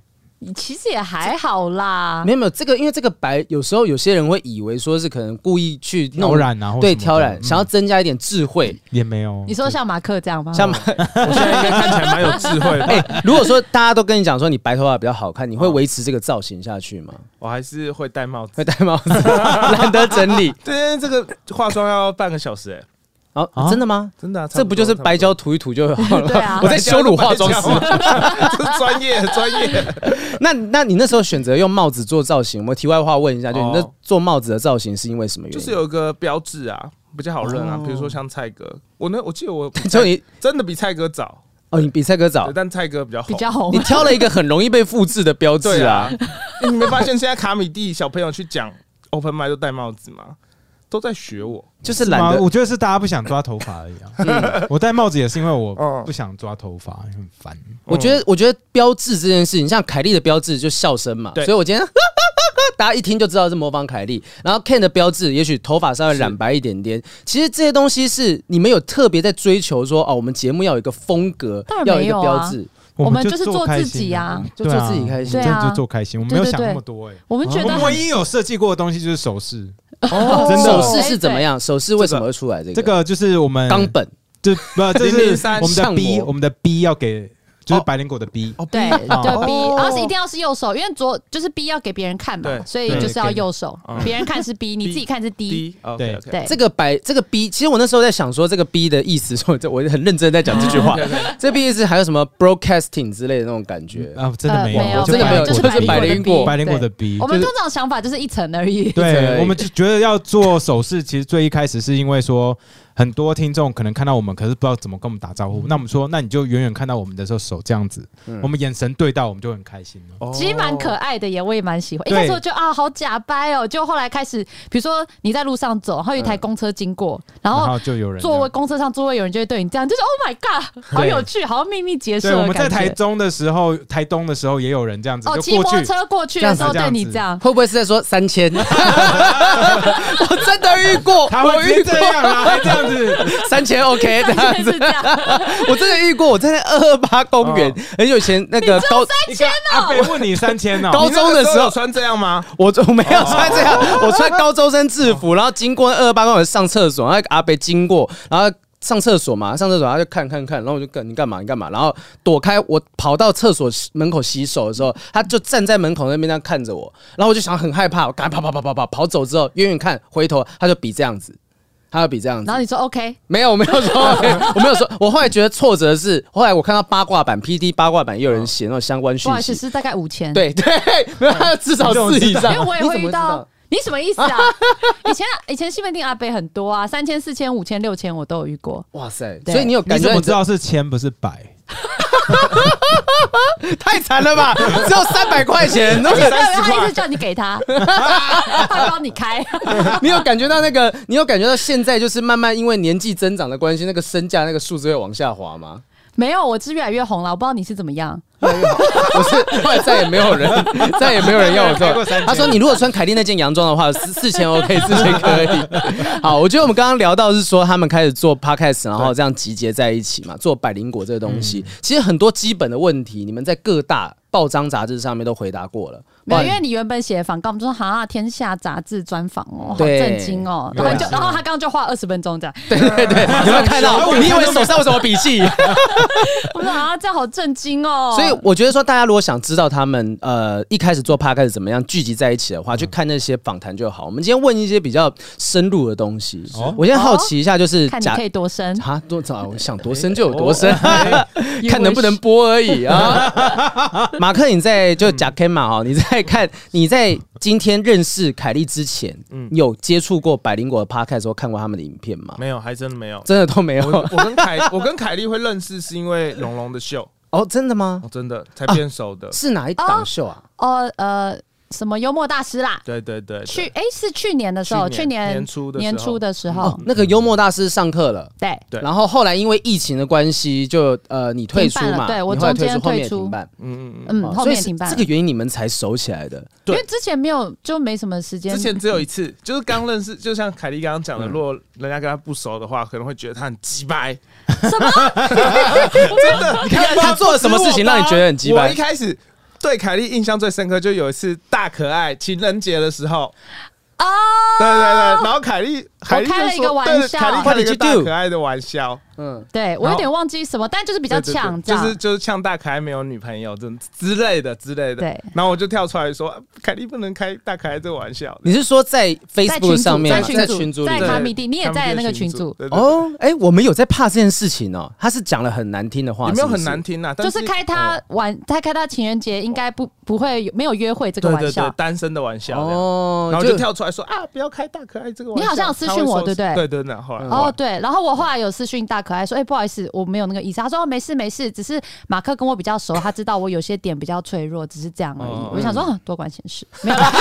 S4: 其实也还好啦
S1: 没。有没有这个，因为这个白有时候有些人会以为说是可能故意去
S3: 挑
S1: 弄
S3: 染啊，或
S1: 对
S3: 什么的
S1: 挑染，
S3: 嗯
S1: 想要增加一点智慧。
S3: 也没有。
S4: 你说像马克这样吗？
S1: 像
S3: 哦
S2: 我现在应该看起来蛮有智慧的。
S1: 哎、如果说大家都跟你讲说你白头发比较好看，你会维持这个造型下去吗？
S2: 我还是会戴帽子。
S1: 会戴帽子，懒得整理。
S2: 对，这个化妆要半个小时，哎，
S1: 哦，
S3: 啊
S1: 真的吗？
S2: 真的啊，
S1: 这不就是白
S2: 教？
S1: 胶涂一涂就好了？
S4: 对啊
S1: 我在羞辱化妆师。
S2: 师， 这是专业专业。
S1: 那那你那时候选择用帽子做造型，我们题外话问一下，就你那
S2: 哦
S1: 做帽子的造型是因为什么原
S2: 就
S1: 因？
S2: 是有一个标志啊，比较好认啊，比如说像蔡哥，我那我记 得我
S1: 就你
S2: 真的比蔡哥早，
S1: 哦，你比蔡哥早
S2: 对，但蔡哥比较红
S4: 比较红
S3: 哦
S1: 你，挑了一个很容易被复制的标
S2: 对
S1: 志
S2: 啊
S1: 啊。。
S2: 欸你没发现现在卡米蒂小朋友去讲 open m i 都戴帽子吗？都在学我，
S1: 就是
S3: 吗
S1: 懒得嗯
S3: 我觉得是大家不想抓头发而已啊。 我戴帽子也是因为我
S2: 嗯
S1: 哦
S3: 不想抓头发，很烦。
S1: 我觉得，我觉得标志这件事情，像凯莉的标志就笑声嘛，
S2: 对
S1: 所以我今天 大家一听就知道是模仿凯莉。然后 Ken 的标志，也许头发稍微染白一点点。其实这些东西是你们有特别在追求说哦，我们节目要有一个风格，
S4: 当然
S1: 要有一个
S4: 没有啊
S1: 标志。
S4: 我们就是
S3: 就
S4: 做
S3: 开
S4: 自
S3: 心
S4: 己啊
S1: 就做自己开心
S4: 对
S3: 对啊我们
S4: 啊
S3: 真的就做开心。我没有
S4: 对对
S3: 想
S4: 对
S3: 那么多哎。
S4: 我们觉
S3: 我
S4: 得
S3: 们
S4: 很
S3: 唯一有设计过的东西就是首饰，
S4: 哦
S3: 真的
S1: 手势是怎么？样？手势为什么会出来？这个
S3: 这个嗯就是我们
S1: 冈本
S3: 就不，这是
S1: 003
S3: 我们的
S1: 上
S3: B，
S1: 模
S3: 我们的 B 要给就是百灵果的 B，
S2: 哦，
S4: 对对
S3: 啊
S4: 对 B，
S2: 哦
S4: 然后是一定要是右手，因为左就是 B 要给别人看嘛，
S2: 对
S4: 所以就是要右手，
S3: 嗯
S4: 别人看是 B，你自己看是 D，
S2: 低，OK，
S3: 对
S2: OK，
S4: 对，
S1: 这个白这个 B，其实我那时候在想说这个 B 的意思， 所以我我很认真在讲这句话。这 B 意思还有什么 broadcasting 之类的那种感觉？
S3: 啊，真的
S4: 呃
S3: 没有，
S1: 真的没有
S3: 就
S1: 就是百灵果
S3: 百灵果的 B，
S4: 我
S3: 就
S4: 们
S3: 是
S4: 通常想法就是一层而已，
S1: 一层而
S3: 对，
S1: 已
S3: 我们就觉得要做手势，其实最一开始是因为说很多听众可能看到我们，可是不知道怎么跟我们打招
S1: 嗯
S3: 呼。那我们说，那你就远远看到我们的时候手这样子，
S4: 嗯
S3: 我们眼神对到，我们就很开心了。
S4: 其实蛮可爱的耶，我也蛮喜欢。一
S3: 对
S4: 开始我就啊，好假掰哦，就后来开始，比如说你在路上走，然后有一
S3: 嗯
S4: 台公车经过，然
S3: 然
S4: 后
S3: 后就有人
S4: 座位
S3: 这样
S4: 公车上座位有人就会对你这样，就是 Oh my God，好有趣，好像秘密结社
S3: 对，我
S4: 的
S3: 们在
S4: 感
S3: 台
S4: 觉。
S3: 中的时候，台东的时候也有人这样子，
S4: 哦，骑
S3: 就
S4: 摩
S3: 过
S4: 托
S3: 去。
S4: 车过去的时候
S3: 这
S4: 对
S3: 样子
S4: 你这样，
S1: 会不会是在说三千？ 我真的遇过，
S3: 他
S1: 我
S3: 会直
S1: 遇过
S3: 接这 样啊，还这样子，
S1: 三千 OK
S3: 哎
S1: 这样
S4: 对
S1: 子
S4: 是，这样，
S1: 我真的遇过，我在那二二八公
S3: 哦
S1: 园，很久以前那个高
S3: 一个
S1: 哦
S3: 阿北啊问你三千
S1: 高
S3: 哦，
S2: 你那
S1: 中的
S2: 个
S1: 时候
S2: 有穿这样吗？
S1: 我我没有穿这样，我穿高中生制服，然后经过二二八公园上厕所，然后阿北经过，然后上厕所嘛，上厕所他就看看看，然后我就干你干嘛你干嘛，然后躲开我跑到厕所门口洗手的时候，他就站在门口那边这样看着我，然后我就想很害怕，我赶快跑跑跑跑跑跑走之后，远远看回头他就比这样子。他要比这样子
S4: 然。后你说 OK，
S1: 没有，我没有说，我没有说。我后来觉得挫折的是，后来我看到八卦版 P D 八卦版也有人写那种相关
S4: 不好
S1: 讯
S4: 意思，
S1: 息，
S4: 是大概五千。，
S1: 对对，没有，他至少四以上。
S4: 因为我也
S1: 你怎么
S4: 会遇
S1: 知道
S4: 到。。你什么意 思啊？以前以前西门町阿北很多啊，三千、四千、五千、六千我都有遇过。
S1: 哇塞！
S4: 对
S1: 所以你有
S3: 你
S1: 感觉
S3: 怎
S1: 到
S3: 么
S1: 你
S3: 知道是千不是百？
S1: 太惨了 吧？只有三百块钱，那个
S4: 对，他一直叫你 给他，他帮你开。
S1: 你有感觉到那个？你有感觉到现在就是慢慢因为年纪增长的关系，那个身价那个数字会往下滑吗？
S4: 没有，我是越来越红了，我不知道你是怎么样。
S1: 我是后来再也没有 人，再也没有人要我
S3: 没有人开过
S1: 做
S3: 三。千
S1: 他说你如果穿凯莉那件洋装的话，四四千 OK，四千 可以。好，我觉得我们刚刚聊到是说他们开始做 podcast，然后这样集结在一起嘛，做百灵果这个东西。
S3: 嗯
S1: 其实很多基本的问题，你们在各大报章杂志上面都回答过了。
S4: 没有，
S1: 哇
S4: 因为你原本写访稿，我们说哈《天下》杂志专访哦，好
S1: 对
S4: 震惊哦。
S3: 对
S4: 然
S3: 啊
S4: 后就，然后他刚刚就花二十分钟这样，
S1: 对对对，有没有看到？你以为手上有什么笔记？
S4: 我说啊，这样好震惊哦。
S1: 所以我觉得说，大家如果想知道他们呃一开始做 p o d 怎么样聚集在一起的话，去看那些访谈就好。我们今天问一些比较深入的东西。
S3: 哦
S1: 我先好奇一下，就是
S4: 哦看你
S1: 假
S4: 可以多深，
S1: 啊多早我想多深就有多深， 看能不能
S4: You wish
S1: 播而已啊。马克，你在就贾 K 嘛哦，你在看你在今天认识凯莉之前，有接触过百灵果的 podcast 或看过他们的影片吗？
S2: 没有，还真的没有。
S1: 真的都没
S2: 我
S1: 有
S2: 我 跟凯我跟凯莉会认识是因为龙龙的秀，
S1: 哦，真的吗
S2: 哦？真的才变熟的。
S1: 是哪一档秀啊？
S4: 哦呃什么幽默大师啦，
S2: 对对对，对
S4: 去哎是去年的时候，
S2: 去
S4: 去
S2: 年
S4: 年
S2: 年初的时候嗯
S4: 年初的时候
S1: 哦，，那个幽默大师上课了。
S4: 对
S2: 对
S1: 然后后来因为疫情的关系，就呃你退出
S4: 停办
S1: 嘛，
S4: 了对我
S1: 你后来
S4: 中
S1: 退
S4: 间
S1: 出，后面
S4: 退
S1: 也
S4: 出
S1: 停办，
S2: 嗯嗯嗯，
S4: 嗯
S1: 哦所
S4: 后
S1: 以
S4: 面
S1: 是
S4: 停办
S1: 这个原因你们才熟起来的。
S4: 因
S2: 对
S4: 为之前没有就没什么时间，
S2: 之前只有一次，就是刚认识，就像凯莉刚刚讲的，如果人家跟他不熟的话，可能会觉得他很鸡掰。
S4: 什么
S2: 真的，你看
S1: 他做了什么事情让你觉得很鸡掰
S2: 我一开始对凯莉印象最深刻，就有一次大可爱情人节的时候，
S4: 啊
S2: 对对对，然后凯莉，凯莉就
S4: 开了
S2: 说
S4: 一个玩
S2: 对
S4: 笑啊
S2: 凯莉开了一
S1: What did
S2: 个
S1: you
S2: 大
S1: do？
S2: 可爱的玩笑，
S1: 嗯，
S4: 对我有点忘记什么，但就是比
S2: 比
S4: 较抢，这
S2: 就
S4: 样
S2: 是就是呛大可爱没有女朋友，这之类的之类的。
S4: 对
S2: 然后我就跳出来说，凯莉不能开大可爱这个玩笑。
S1: 你是说在
S4: 在群
S1: Facebook 上面吗，
S4: 组
S1: 在
S4: 在
S1: 群组
S4: 在
S1: 里
S2: 对
S1: 面
S4: 卡米蒂，你也在那个群组
S2: 组，，对对对
S1: 哦，哎，我们有在怕这件事情哦，他是讲了很难听的话，
S2: 也没有
S1: 是不
S2: 很
S1: 是
S2: 难听啊，但
S4: 就是开他玩，他开他情人节应该不不会有没有约会这个
S2: 哦对对
S4: 玩
S2: 对
S4: 笑，
S2: 单身的玩笑这样。
S1: 哦，
S2: 然后就跳出来说啊，不要开大可爱这个玩笑。
S4: 你好像有私讯
S2: 他会
S4: 我
S2: 受
S4: 对不对
S2: 对对对，后来
S4: 哦，对，然后我后来有私讯大可爱说，哎、不好意思，我没有那个意思。他说、哦、没事没事，只是马克跟我比较熟，他知道我有些点比较脆弱，只是这样而已。
S2: 哦
S4: 我就想说、啊多管闲事，没有啦，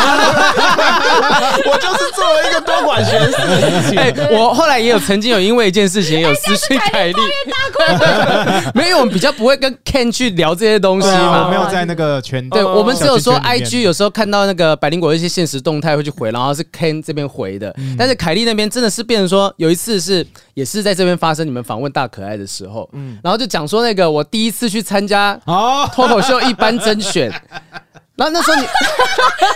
S2: 我就是做了一个多管闲事的事 情。
S1: 哎，我后来也有曾经有因为一件事情有私
S4: 哎
S1: 讯凯莉，没有，我们比较不会跟 Ken 去聊这些东西
S3: 对啊，我
S1: 嘛
S3: 没。有在那个圈，
S1: 对，我们只有说
S3: 哦小圈圈里面
S1: IG 有时候看到那个百灵果一些现实动态会去回，然后是 Ken 这边回的，
S3: 嗯
S1: 但是凯莉那边真的是变成说，有一次是也是在这边发生你们访问大可爱的时候，
S3: 嗯
S1: 然后就讲说那个我第一次去参 加
S3: 哦，
S1: 脱口秀一般甄 选，然后那时候你，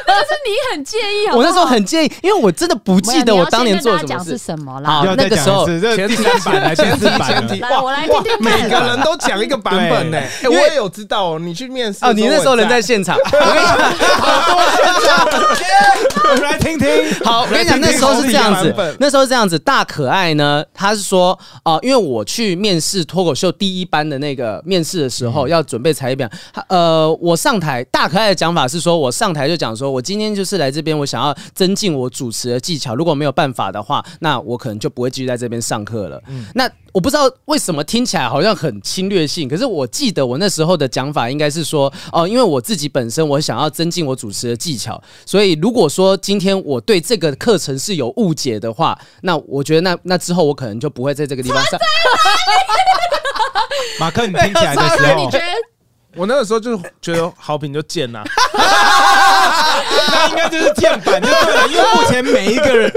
S4: 但是你很介意好不好
S1: 我那时候很介意，因为我真的不
S4: 没有
S1: 记得
S4: 你
S1: 我
S4: 要
S1: 当年
S4: 先
S1: 做
S4: 跟大
S1: 了什么
S4: 家讲是
S1: 事。
S4: 什么啦。
S1: 好
S3: 要再
S1: 那个时候
S3: 讲一次这
S2: 前
S3: 第
S2: 提
S3: 三版还是
S2: 前
S3: 第
S2: 提
S3: 四版
S2: 前提
S3: 了？
S4: 来
S2: 哇
S4: 我来
S2: 哇
S4: 听听看
S2: 每个人都讲一个版本呢。哎，我
S1: 因为
S2: 也有知道哦，你去面试
S1: 哦，你那时候人在
S2: 我
S1: 现场，我跟你 讲
S3: 我们来听听。
S1: 好，我跟你讲，那时候是这样
S2: 我们来
S1: 子
S2: 听听红利版本，
S1: 那时候是这样子。大可爱呢，他是说，哦，因为我去面试脱口秀第一班的那个面试的时候，要准备才艺表演，他呃，我上台，大可爱的讲法是说，我上台就讲说，我今天就是来这边，我想要增进我主持的技巧，如果没有办法的话，那我可能就不会继续在这边上课了。那我不知道为什么听起来好像很侵略性，可是我记得我那时候的讲法应该是说，哦、因为我自己本身我想要增进我主持的技巧，所以如果说今天我对这个课程是有误解的话，那我觉得那那之后我可能就不会在这个地方上。
S3: 马克，你听起来的时
S4: 你
S3: 候
S4: 觉，得
S2: 我那个时候就觉得好评就贱 呐，
S3: 那应该就是键盘就对了，因为目前每一个人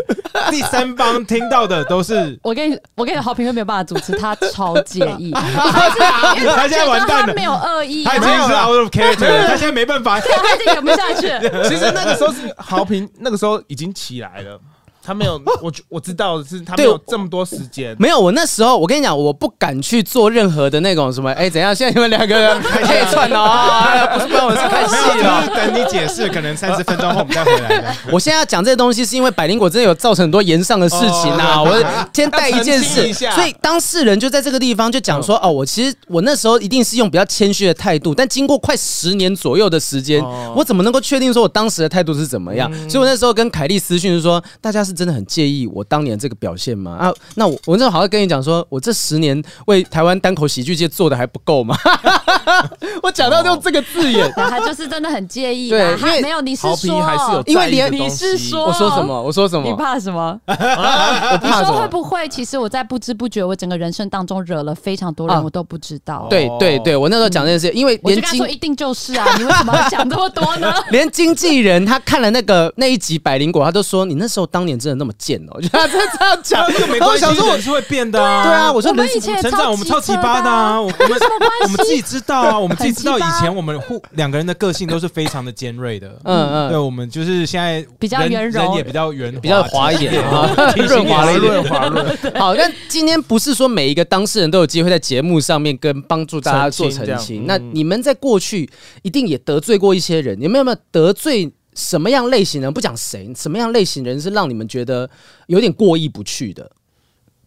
S3: 第三方听到的都是。
S4: 我跟你，我跟你好评会没有办法主持，他超介 意，
S3: 他现在完
S4: 觉得
S3: 蛋
S4: 他
S3: 了
S4: 没，有恶意，
S3: 他已
S4: 然
S3: 经
S4: 后
S3: 是 out of character，了他现在 没办法。
S4: 他已经演不下去了。
S2: 其实那个时候是好评，那个时候已经起来了。他没有，我觉我知道的是他没
S1: 对
S2: 有这么多时间。
S1: 没有，我那时候我跟你讲，我不敢去做任何的那种什么，哎、怎样？现在你们两个人可以串了啊、哎呀不是不然我是看
S3: 没有，
S1: 戏
S3: 就
S1: 了
S3: 是。等你解释，可能三十分钟后我们再回来的。
S1: 我现在要讲这些东西，是因为百灵果真的有造成很多言上的事情啊。
S2: 哦
S1: 我先带一件
S2: 要澄
S1: 事，
S2: 清一下
S1: 所以当事人就在这个地方就讲说，哦，我其实我那时候一定是用比较谦虚的态度，但经过快十年左右的时间，
S2: 哦
S1: 我怎么能够确定说我当时的态度是怎么样？所以我那时候跟凯莉私讯就说，大家是真的很介意我当年这个表现吗？啊，那我我那好好跟你讲说，我这十年为台湾单口喜剧界做的还不够吗？ 我讲到用这个字眼，
S4: 然后他就是真的很介意
S1: 对
S4: 啦，
S1: 因为
S4: 他没有你是
S2: 好评
S4: 说
S2: 还是有在意的
S1: 因为连
S2: 东西
S4: 你是说
S1: 我说什么？我说什么？
S4: 你怕什么？
S1: 我
S4: 你
S1: 怕什
S4: 说会
S1: 么？
S4: 不会？其实我在不知不觉，我整个人生当中惹了非常多人，
S1: 啊
S4: 我都不知道。
S1: 对
S2: 哦
S1: 对对，我那时候讲这件事，因为
S4: 我就
S1: 连
S4: 跟他
S1: 经
S4: 说一定就是啊，你为什么要想这么多呢？
S1: 连经纪人他看了那个那一集百灵果，他都说你那时候当年真的那么贱哦，就 他真的这样讲，
S3: 这个没
S1: 然后我
S3: 关系，
S1: 想说我
S3: 人是会变的啊。
S1: 对啊，我说人
S4: 我们
S1: 是
S4: 以前也
S3: 成长我们超级
S4: 奇葩
S3: 八的啊，我们我们自己知道啊，我们自己知道
S4: 很奇葩
S3: 以前我们互两个人的个性都是非常的尖 锐的。
S1: 嗯
S3: 对，
S1: 嗯，
S3: 我们就是现在
S4: 呃比较
S3: 人
S4: 圆柔
S3: 人也比较圆，
S1: 比较滑一点啊， 润滑了一点。
S2: 润滑润，
S1: 好，但今天不是说每一个当事人都有机会在节目上面跟帮助大家做
S2: 澄清
S1: 澄
S2: 这样
S1: 清。
S2: 嗯
S1: 那你们在过去一定也得罪过一些人，你们有没有得罪什么样类型人？不讲谁，什么样类型人是让你们觉得有点过意不去的？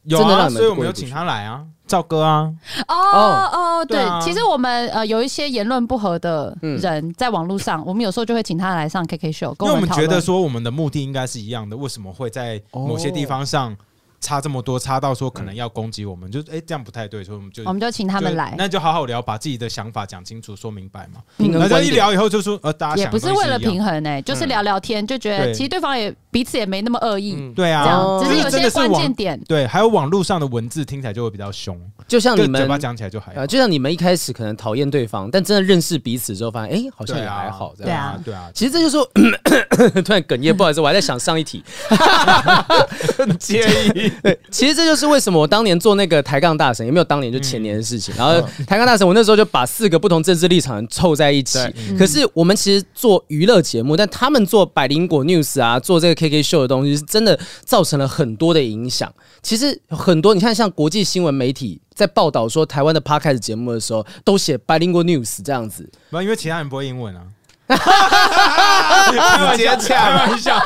S3: 有
S1: 真的让
S3: 啊，
S1: 你们
S3: 所以我们
S1: 过意
S3: 有
S1: 不去
S3: 请他来啊，赵哥啊，
S4: 哦
S1: 哦
S4: 哦，对
S3: 对啊，
S4: 其实我们呃有一些言论不合的人在网络上，我们有时候就会请他来上 KK 秀，
S3: 因
S4: 跟
S3: 为
S4: 们
S3: 我们
S4: 讨
S3: 觉
S4: 论
S3: 得说我们的目的应该是一样的，为什么会在某些
S4: 哦
S3: 地方上差这么多，差到说
S1: 嗯
S3: 可能要攻击我们，就哎这样不太对，所以我们就
S4: 我们就哦请他们
S3: 就
S4: 来，
S3: 呃那就好好聊，把自己的想法讲清楚、说明白嘛。
S2: 嗯
S1: 平衡
S3: 然后
S1: 观
S3: 一
S1: 点
S3: 聊以后就说呃，大家
S4: 也
S3: 想
S4: 不
S3: 的东
S4: 是
S3: 西
S4: 为了
S3: 一样嗯
S4: 平衡哎，就是聊聊天，就觉得
S3: 对
S4: 其实对方也彼此也没那么恶意，
S2: 嗯
S3: 对
S4: 这
S3: 啊，
S1: 哦
S4: 样，只是有
S3: 真
S4: 些
S3: 的是
S4: 关
S3: 网
S4: 键 点
S3: 对，还有网络上的文字听起来就会比较凶，
S1: 就像你
S3: 跟嘴
S1: 们
S3: 巴讲起来就还好
S1: 呃，。就像你们一开始可能讨厌对方，但真的认识彼此之后，发现哎、诶好像也还好这
S3: 对
S1: 样。
S3: 啊，对啊，
S1: 其实这就是我 突然哽咽，不好意思，我还在想上一题。
S2: 很介意。
S1: 其实这就是为什么我当年做那个抬杠大神，也没有当年就前年的事
S3: 嗯
S1: 情。然后抬杠大神，我那时候就把四个不同政治立场人凑在一起
S2: 对。
S3: 嗯
S1: 可是我们其实做娱乐节目，但他们做百灵果 news 啊，做这个 KK 秀的东西，是真的造成了很多的影响。其实很多，你看像国际新闻媒体在报道说台湾的 podcast 节目的时候，都写百灵果 news 这样子。
S3: 没有因为其他人不会英文啊。
S2: 直接
S3: 开
S2: 呛，
S3: 玩笑，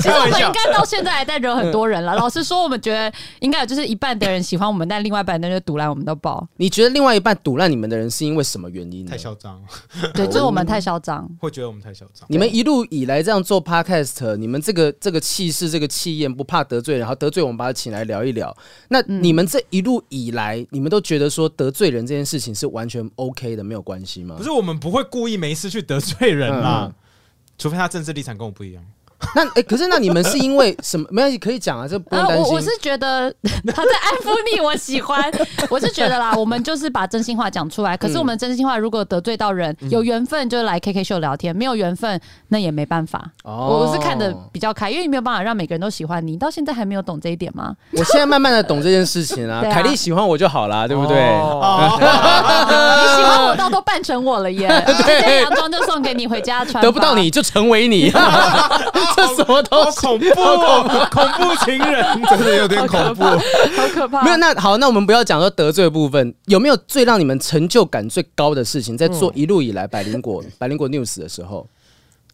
S4: 其实我们应该到现在还在惹很多人 了。老实说，我们觉得应该有就是一半的人喜欢我们，但另外一半的人就独揽我们到爆。
S1: 你觉得另外一半堵烂你们的人是因为什么原因呢？
S3: 太嚣张，哦
S4: 对，就是我们太嚣张。
S3: 会觉得我们太嚣张。
S1: 嗯你们一路以来这样做 podcast，你们这个这个气势、这个气焰，不怕得罪人，然后得罪我们把他请来聊一聊。那
S4: 嗯
S1: 你们这一路以来，你们都觉得说得罪人这件事情是完全 OK 的，没有关系吗
S3: 不？是我们不会故意没事去得罪人啦
S1: 嗯，
S3: 除非他政治立场跟我不一样。
S1: 那哎、诶可是那你们是因为什么？没关系，可以讲啊，这不用
S4: 啊，
S1: 担
S4: 我我
S1: 心
S4: 是。觉得 他在安抚你，我 喜欢。我是觉得啦，我们就是把真心话讲出来。可
S1: 嗯
S4: 是我们真心话如果得罪到人，有缘分就来 KK 秀聊天，没有缘分那也没办法。
S1: 哦
S4: 我是看的比较开，因为你没有办法让每个人都喜欢你。你到现在还没有懂这一点 吗？
S1: 我现在慢慢的懂这件事 情啊，
S4: 对啊
S1: 凯莉喜欢我就好啦，对不对？
S3: 哦
S2: 哦
S4: 你喜欢我到都扮成我了 耶！啊这件洋装就送给你回家穿吧，
S1: 得不到你就成为 你，这什么东
S3: 好
S1: 西？
S3: 恐怖哦，恐怖情人，真的有点恐怖。
S4: 好可怕。
S1: 没有，那好，那我们不要讲说得罪的部分，有没有最让你们成就感最高的事情，在做一路以来百灵果、百灵果 news 的时候，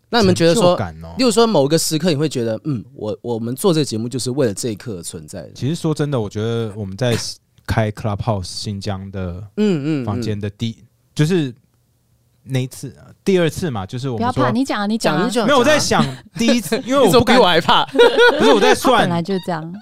S1: 那你们觉得
S3: 成就
S1: 说，
S3: 感哦
S1: 例如说某个时刻，你会觉得，嗯，我我们做这个节目就是为了这一刻而存在的，
S3: 其实说真的，我觉得我们在开 Clubhouse 新疆的
S1: 嗯嗯，
S3: 房
S1: 嗯
S3: 间的第，就是那一次，呃第二次嘛，就是我
S4: 不
S3: 们
S4: 要怕，
S3: 说
S4: 你讲啊，你讲
S1: 讲
S4: 啊
S1: 一，讲，
S3: 没有我在
S1: 讲啊，
S3: 想第一次， 因为
S1: 你怎
S3: 我不
S1: 么比
S3: 敢
S1: 我，还怕？
S3: 不是我在
S4: 他本来
S3: 算，
S4: 就这样。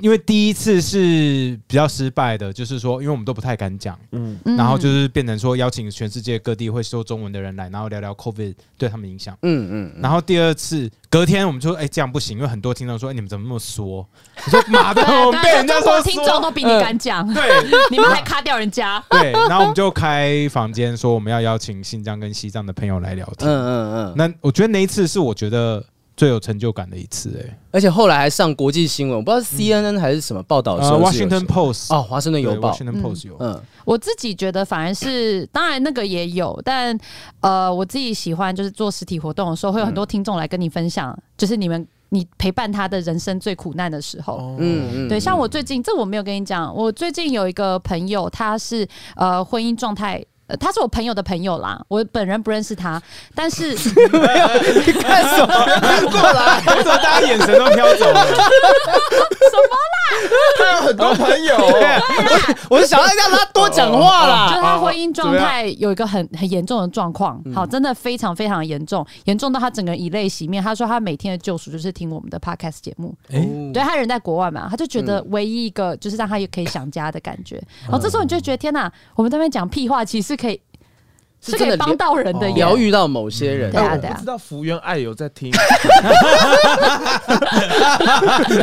S3: 因为第一次是比较失败的，就是说，因为我们都不太敢讲，
S2: 嗯，
S4: 嗯
S3: 然后就是变成说邀请全世界各地会说中文的人来，然后聊聊 COVID 对他们影响。
S1: 嗯嗯，
S3: 然后第二次隔天我们就说，哎、这样不行，因为很多听众说，哎、你们怎么那么说？你说妈的，
S4: 啊
S3: 我们被人家
S4: 中国
S3: 说
S4: 听众
S3: 说，
S4: 都比你敢讲，
S1: 嗯
S3: 对，
S4: 你们还卡掉人家。
S3: 对，然后我们就开房间说我们要邀请新疆跟西藏的朋友来聊
S1: 嗯
S3: 天。
S1: 嗯嗯，
S3: 那我觉得那一次是我觉得最有成就感的一次、哎、
S1: 而且后来还上国际新闻，我不知道是 CNN 还是什么报道
S3: 呃
S1: 说
S3: ，Washington Post
S1: 哦，华盛顿
S3: 对
S1: 邮报，
S3: ，Washington Post 有，
S1: 嗯
S4: 我自己觉得反而是，当然那个也有，但呃，我自己喜欢就是做实体活动的时候，会有很多听众来跟你分享，就是你们。你陪伴他的人生最苦难的时
S3: 哦
S4: 候。
S1: 嗯嗯，
S4: 对，像我最近这我没有跟你讲，我最近有一个朋友，他是呃婚姻状态。呃他是我朋友的朋友啦，我本人不认识他，但是
S1: 你看什么？
S3: 为什么大家眼神都飘走了？
S2: 他有很多朋友哦，
S1: 我是想要让他多讲话
S4: 就是
S1: 啦。
S3: 哦
S4: 他婚姻状态有一个很很严重的状况，
S1: 嗯
S4: 好，真的非常非常严重，严重到他整个人以泪洗面。他说他每天的救赎就是听我们的 podcast 节目，
S1: 哎
S4: 对他人在国外嘛，他就觉得
S1: 嗯
S4: 唯一一个就是让他也可以想家的感觉。然后这时候你
S1: 哦
S4: 就觉得天哪，我们在那边讲屁话，其实可以
S1: 是
S4: 可
S1: 真
S4: 以
S1: 的
S4: 帮到人的耶，
S1: 疗愈到某些人
S4: 对，啊
S2: 我
S4: 对
S2: 不
S4: 啊
S2: 知，道福原爱有在听，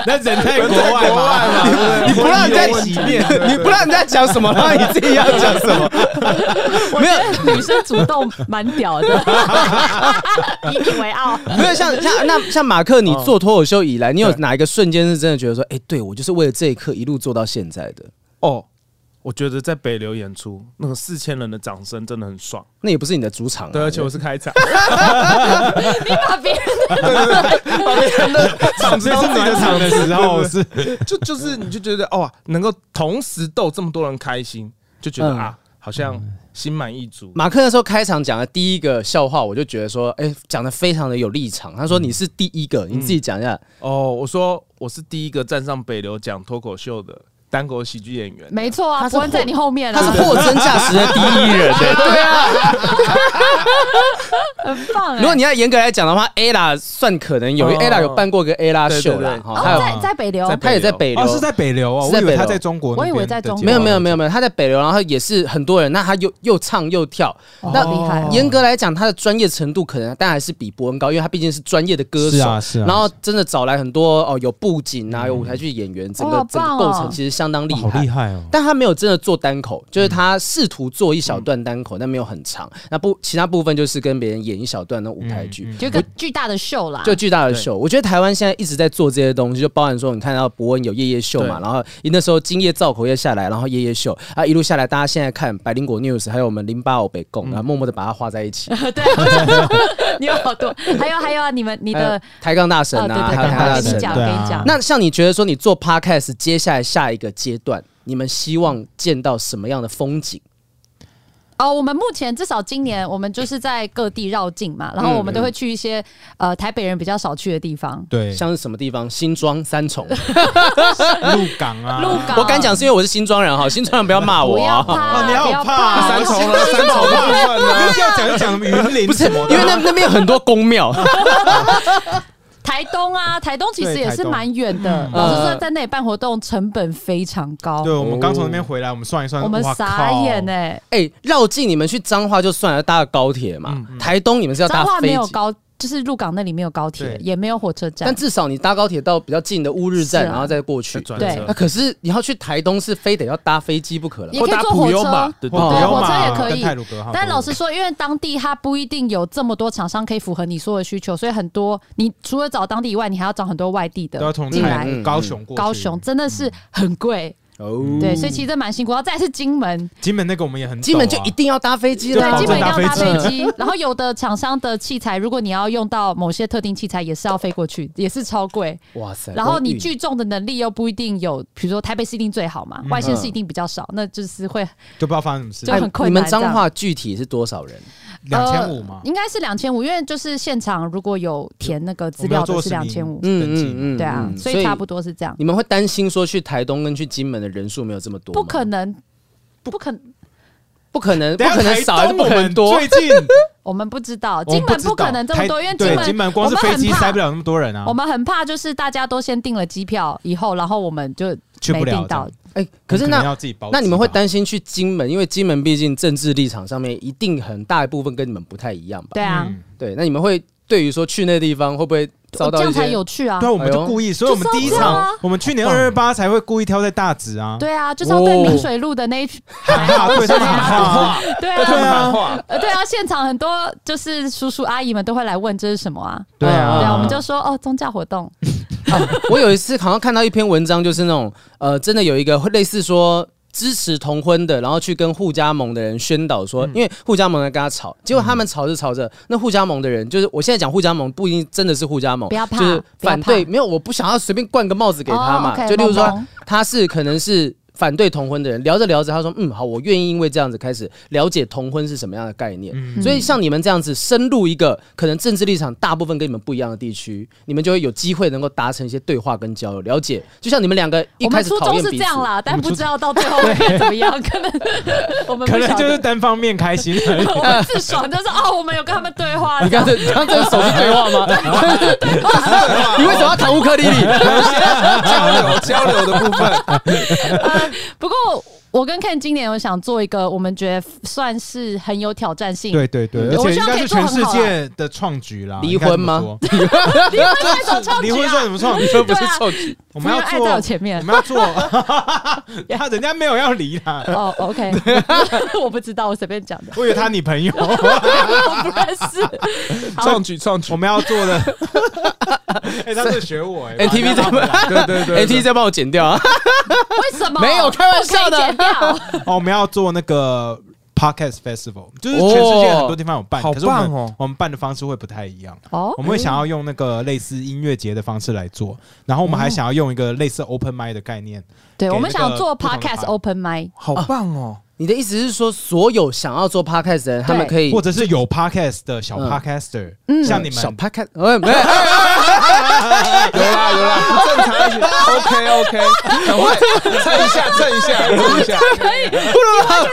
S3: 那人在国外
S2: 国
S3: 嘛，
S2: 外嘛，对不对
S1: 你不让人
S2: 婚姻有
S1: 家
S2: 问
S1: 几
S2: 题
S1: 面，
S2: 对
S1: 你不让人家讲什么，然后你自 己要讲什么，没有。
S4: 女生主动蛮屌 的，引以为傲。
S1: 没有像像那像马克，你做脱口秀以来，你有哪一个瞬间是真的觉得说，哎、对我就是为了这一刻一路做到现在的？
S2: 哦，我觉得在北流演出那个四千人的掌声真的很爽，
S1: 那也不是你的主场、啊，
S2: 对，而且我是开 场，
S4: 你把别人
S3: 场子 是暖场的时候是
S2: 就就是你就觉得哇，能够同时逗这么多人开心，就觉得
S1: 嗯
S2: 啊，好像心满意足。
S1: 马克那时候开场讲的第一个笑话，我就觉得说，哎、讲的非常的有立场。他说哎你是第一个，你自己讲一下。
S2: 哦，我说我是第一个站上北流讲脱口秀的单口喜剧演员，
S4: 没错啊，
S1: 他是
S4: 伯恩在你后面啊，
S1: 他是货真价实的第一
S2: 欸
S1: 人、哎对啊。
S4: 很棒哎。
S1: 如果你要严格来讲的话，ella 算可能有，因为
S2: 哦
S1: ella 有办过个 ella
S2: 对对
S1: 秀啦
S2: 对，
S1: 哈，还
S4: 哦，
S1: 有
S4: 在在北流
S2: 在，
S1: 他也在北流，
S3: 哦，是在北流哦，
S1: 是
S3: 我
S1: 在
S3: 以
S1: 北流
S3: 为他在中国那边的节
S4: 我
S3: 目，
S4: 以为在中国
S1: 没有没有没有没有，他在北流，然后也是很多人，那他又又唱又跳，
S4: 哦
S1: 那
S4: 好厉害哦
S1: 严格来讲，他的专业程度可能但还是比伯恩高，因为他毕竟是专业的歌手。
S3: 是啊是啊，
S1: 然后真的找来很多哦，有布景啊，有舞台剧演员，整个、
S4: 哇
S1: 整个
S4: 棒
S1: 构
S4: 哦
S1: 成其实相当厉
S3: 哇
S1: 害。
S3: 好厉害哦，
S1: 但他没有真的做单口，就是他试图做一小
S3: 嗯
S1: 段单口，但没有很长。那不，其他部分就是跟别人演一小段那舞台
S3: 嗯
S1: 剧。
S4: 就一个巨大的秀啦，
S1: 就巨大的秀，我觉得台湾现在一直在做这些东西，就包含说你看到伯恩有夜夜秀嘛，
S2: 对
S1: 然后那时候今夜造口业下来，然后夜夜秀啊一路下来，大家现在看百灵果 news，还有我们零八欧北贡，然后默默的把它画在一起，
S4: 对，我想说你有好多，还有还有啊，你们你
S1: 还有
S4: 的
S1: 抬杠大神
S4: 哦，对
S1: 啊，
S4: 对
S1: 还有
S4: 对，
S1: 抬杠大
S4: 我跟你
S1: 神
S4: 讲，
S1: 啊
S4: 我
S3: 对
S4: 跟
S3: 啊
S4: 你讲，
S1: 那像你觉得说你做 podcast 接下来下一个阶段，你们希望见到什么样的风景？
S4: 哦，我们目前至少今年我们就是在各地绕境嘛，然后我们都会去一些呃台北人比较少去的地方，
S3: 对，
S1: 像是什么地方？新庄三重，
S3: 鹿港啊，
S4: 鹿港，
S1: 我敢讲是因为我是新庄人哈，新庄人不要骂
S4: 不
S1: 我
S4: 要
S1: 啊。
S4: 怕，不要
S2: 啊
S4: 怕，
S2: 三重了，三重的部分啊呢？
S3: 你要讲一讲云林，
S1: 不是， 因为那那边有很多宫庙，
S4: 台东啊，台东其实也是蛮远
S1: 对台
S4: 的，
S1: 东
S4: 老实说，在那里办活动成本非常高
S3: 对，，我们刚从那边回来，我们算一算，
S4: 我们
S3: 哇
S4: 傻眼
S3: 靠
S4: 哎，
S1: 哎，绕境你们去彰化就算了，搭个高铁嘛。台东你们是要
S4: 彰化
S1: 搭
S4: 没
S1: 飞
S4: 有
S1: 机，
S4: 高，就是鹿港那里没有高铁
S3: 对，
S4: 也没有火车站
S1: 但，至少你搭高铁到比较近的乌日站，
S4: 是啊
S1: 然后再过
S2: 去
S1: 去。
S2: 转
S4: 对呃
S1: 啊，
S2: 车，
S1: 可是你要去台东是非得要搭飞机不可了吧
S4: 也。可以坐火
S2: 对对
S4: 车。
S1: 哦
S2: 对，
S4: 对
S3: 普悠
S4: 火车
S3: 玛
S4: 也可以
S3: 跟泰鲁格号
S4: 但老实说，因为当地它不一定有这么多厂商可以符合你所有的需求，所以很多你除了找当地以外，你还要找很多外地的
S3: 都要从
S4: 进
S3: 台
S4: 来。
S3: 高雄过去嗯
S4: 高雄真的是很贵，
S1: 哦，
S4: 对，所以其实蛮辛苦。然后再来是金门，
S3: 金门那个我们也很懂啊，
S1: 金门就一定要搭飞机
S4: 对
S1: 啦，，
S4: 金门一定要搭
S3: 搭
S4: 飞机。然后有的厂商的器材，如果你要用到某些特定器材，也是要飞过去，也是超贵。
S1: 哇塞！
S4: 然后你
S1: 公寓
S4: 聚众的能力又不一定有，比如说台北市一定最好
S3: 嗯
S4: 嘛，外县市一定比较少，那就是会
S3: 就不知道发生什么事
S4: 就，很困
S1: 哎你们
S4: 难这样
S1: 彰化具体是多少人？
S3: 两千五嘛
S4: 呃，应该是两千五，因为就是现场如果有填那个资料的是
S3: 我
S4: 两
S3: 们要
S4: 千
S3: 做
S4: 五
S3: 实，登记
S1: 嗯
S4: 对啊，所以差不多是这样。
S1: 你们会担心说去台东跟去金门的人数没有这么多吗？
S4: 不可能，不可，
S1: 不可能，不
S3: 等一下
S1: 可能少，还
S3: 台
S1: 是
S3: 东
S1: 不可
S3: 我
S1: 能
S3: 们
S1: 多。
S3: 最近
S4: 我们不知道，
S3: 我
S4: 呃
S3: 们
S4: 金门
S3: 知
S4: 不
S3: 道
S4: 可能这么多，
S3: 台
S4: 因为
S3: 对
S4: 门
S3: 金
S4: 金
S3: 门光是飞机塞不了那么多人啊，
S4: 我们很怕就是大家都先订了机票，以后然后我们就
S3: 去不
S4: 没
S3: 了
S4: 订
S3: 这
S4: 到
S3: 样，
S1: 哎，可是
S3: 我们能
S1: 那
S3: 要自己包机吧，
S1: 那你们会担心去金门，因为金门毕竟政治立场上面一定很大一部分跟你们不太一样吧？
S4: 对啊，
S3: 嗯
S1: 对，那你们会对于说去那地方会不会遭
S4: 这
S1: 到一
S4: 样才
S1: 些
S4: 有？趣啊
S3: 对，啊，我们
S1: 哎
S3: 就
S1: 呦
S3: 故意，所以我们第一
S4: 就是要这样
S3: 场
S4: 啊，
S3: 我们去年二二八才会故意挑在大直啊，
S4: 对啊，就是要对
S1: 哦
S4: 明水路的那一群，
S3: 喊 话，对，他们喊话，
S4: 对
S2: 对他们
S4: 啊，
S2: 喊话，
S4: 呃对啊，现场很多就是叔叔阿姨们都会来问这是什么啊，
S3: 对
S1: 啊
S4: 对啊，
S3: 啊，
S4: 我们就说哦宗教活动，哦
S1: 我有一次好像看到一篇文章，就是那种呃，真的有一个会类似说。支持同婚的，然后去跟互加盟的人宣导说，
S4: 嗯
S1: 因为互加盟人跟他吵，结果他们吵着吵着，那互加盟的人就是我现在讲互加盟不一定真的是互加盟，
S4: 不要怕
S1: 就是反
S4: 不要
S1: 对，
S4: 怕
S1: 没有，我不想要随便冠个帽子给他嘛，
S4: 哦，OK，
S1: 就例如
S4: 萌
S1: 说
S4: 萌
S1: 他是可能是。反对同婚的人聊着聊着，他说：“嗯，好，我愿意因为这样子开始了解同婚是什么样的概念。
S3: 嗯
S1: 所以像你们这样子深入一个可能政治立场大部分跟你们不一样的地区，
S3: 嗯
S1: 你们就会有机会能够达成一些对话跟交流，了解。就像你们两个一
S4: 我
S1: 开
S4: 们
S1: 始
S4: 初
S1: 讨
S4: 衷
S1: 厌
S4: 是
S1: 彼
S4: 这
S1: 此，
S4: 样啦，但不知道到最后会怎么样，可能我们不
S3: 可能
S4: 晓
S3: 就是
S4: 得。
S3: 单方面开心。
S4: 我们自爽就是哦，我们有跟他们对话了，
S1: 你刚才你刚才这个手是对话 吗？
S3: 啊
S1: 你为什么要谈乌克丽丽？
S4: 啊
S2: 交流交流的部分，
S4: 不过我跟 Ken 今年有想做一个，我们觉得算是很有挑战性。
S3: 对对对，
S4: 嗯
S3: 而
S4: 我
S3: 且
S4: 希
S3: 应
S4: 望
S3: 该
S4: 可
S3: 是
S4: 以做
S3: 全
S4: 很
S3: 世
S4: 好啊
S3: 界的创举啦。
S1: 离
S3: 应该这
S1: 婚
S3: 么
S1: 吗
S3: 说？
S4: 离婚那种创
S3: 离
S4: 举
S3: 婚
S4: 啊
S3: 算什么创举？
S1: 不是臭举，
S3: 我们要
S4: 因为爱
S3: 做
S4: 在我前面
S3: 我们要做。 他人家没有要离啦，
S4: 哦，OK，我 不知道，我随便讲 的，
S3: 我以为他女朋友。
S4: 我不认识。好，
S2: 创举创举
S3: 我，们要做的， 哎，他是学 我哎
S1: NTV
S3: 把他拉回来
S2: 对 对对
S1: a T 再帮我剪掉啊！
S4: 为什么？
S1: 没有开玩笑的
S4: 不可以剪 掉
S3: 哦，我们要做那个 podcast festival，就是全世界很多地方有办，
S2: 哦
S3: 可是我们
S2: 好棒哦
S3: 我们办的方式会不太一样。
S4: 哦
S3: 我，们会想要用那个类似音乐节的方式来做，然后我们还想要用一个类似 open mic 的概念，
S4: 对，
S3: 给
S4: 我们
S3: 那个
S4: 想做
S3: 不同的
S4: podcast
S3: 牌
S4: open mic，
S2: 好棒哦！
S1: 你的意思是说，所有想要做 podcast 的人，他们可以
S3: 或者是有 podcast 的小
S1: 嗯
S3: podcaster，
S4: 嗯
S3: 像你
S1: 小
S3: 们
S1: podcast，呃，没有，哎
S2: 有啦有啦，正常一些，OK OK，赶快蹭一下蹭一下蹭一 下，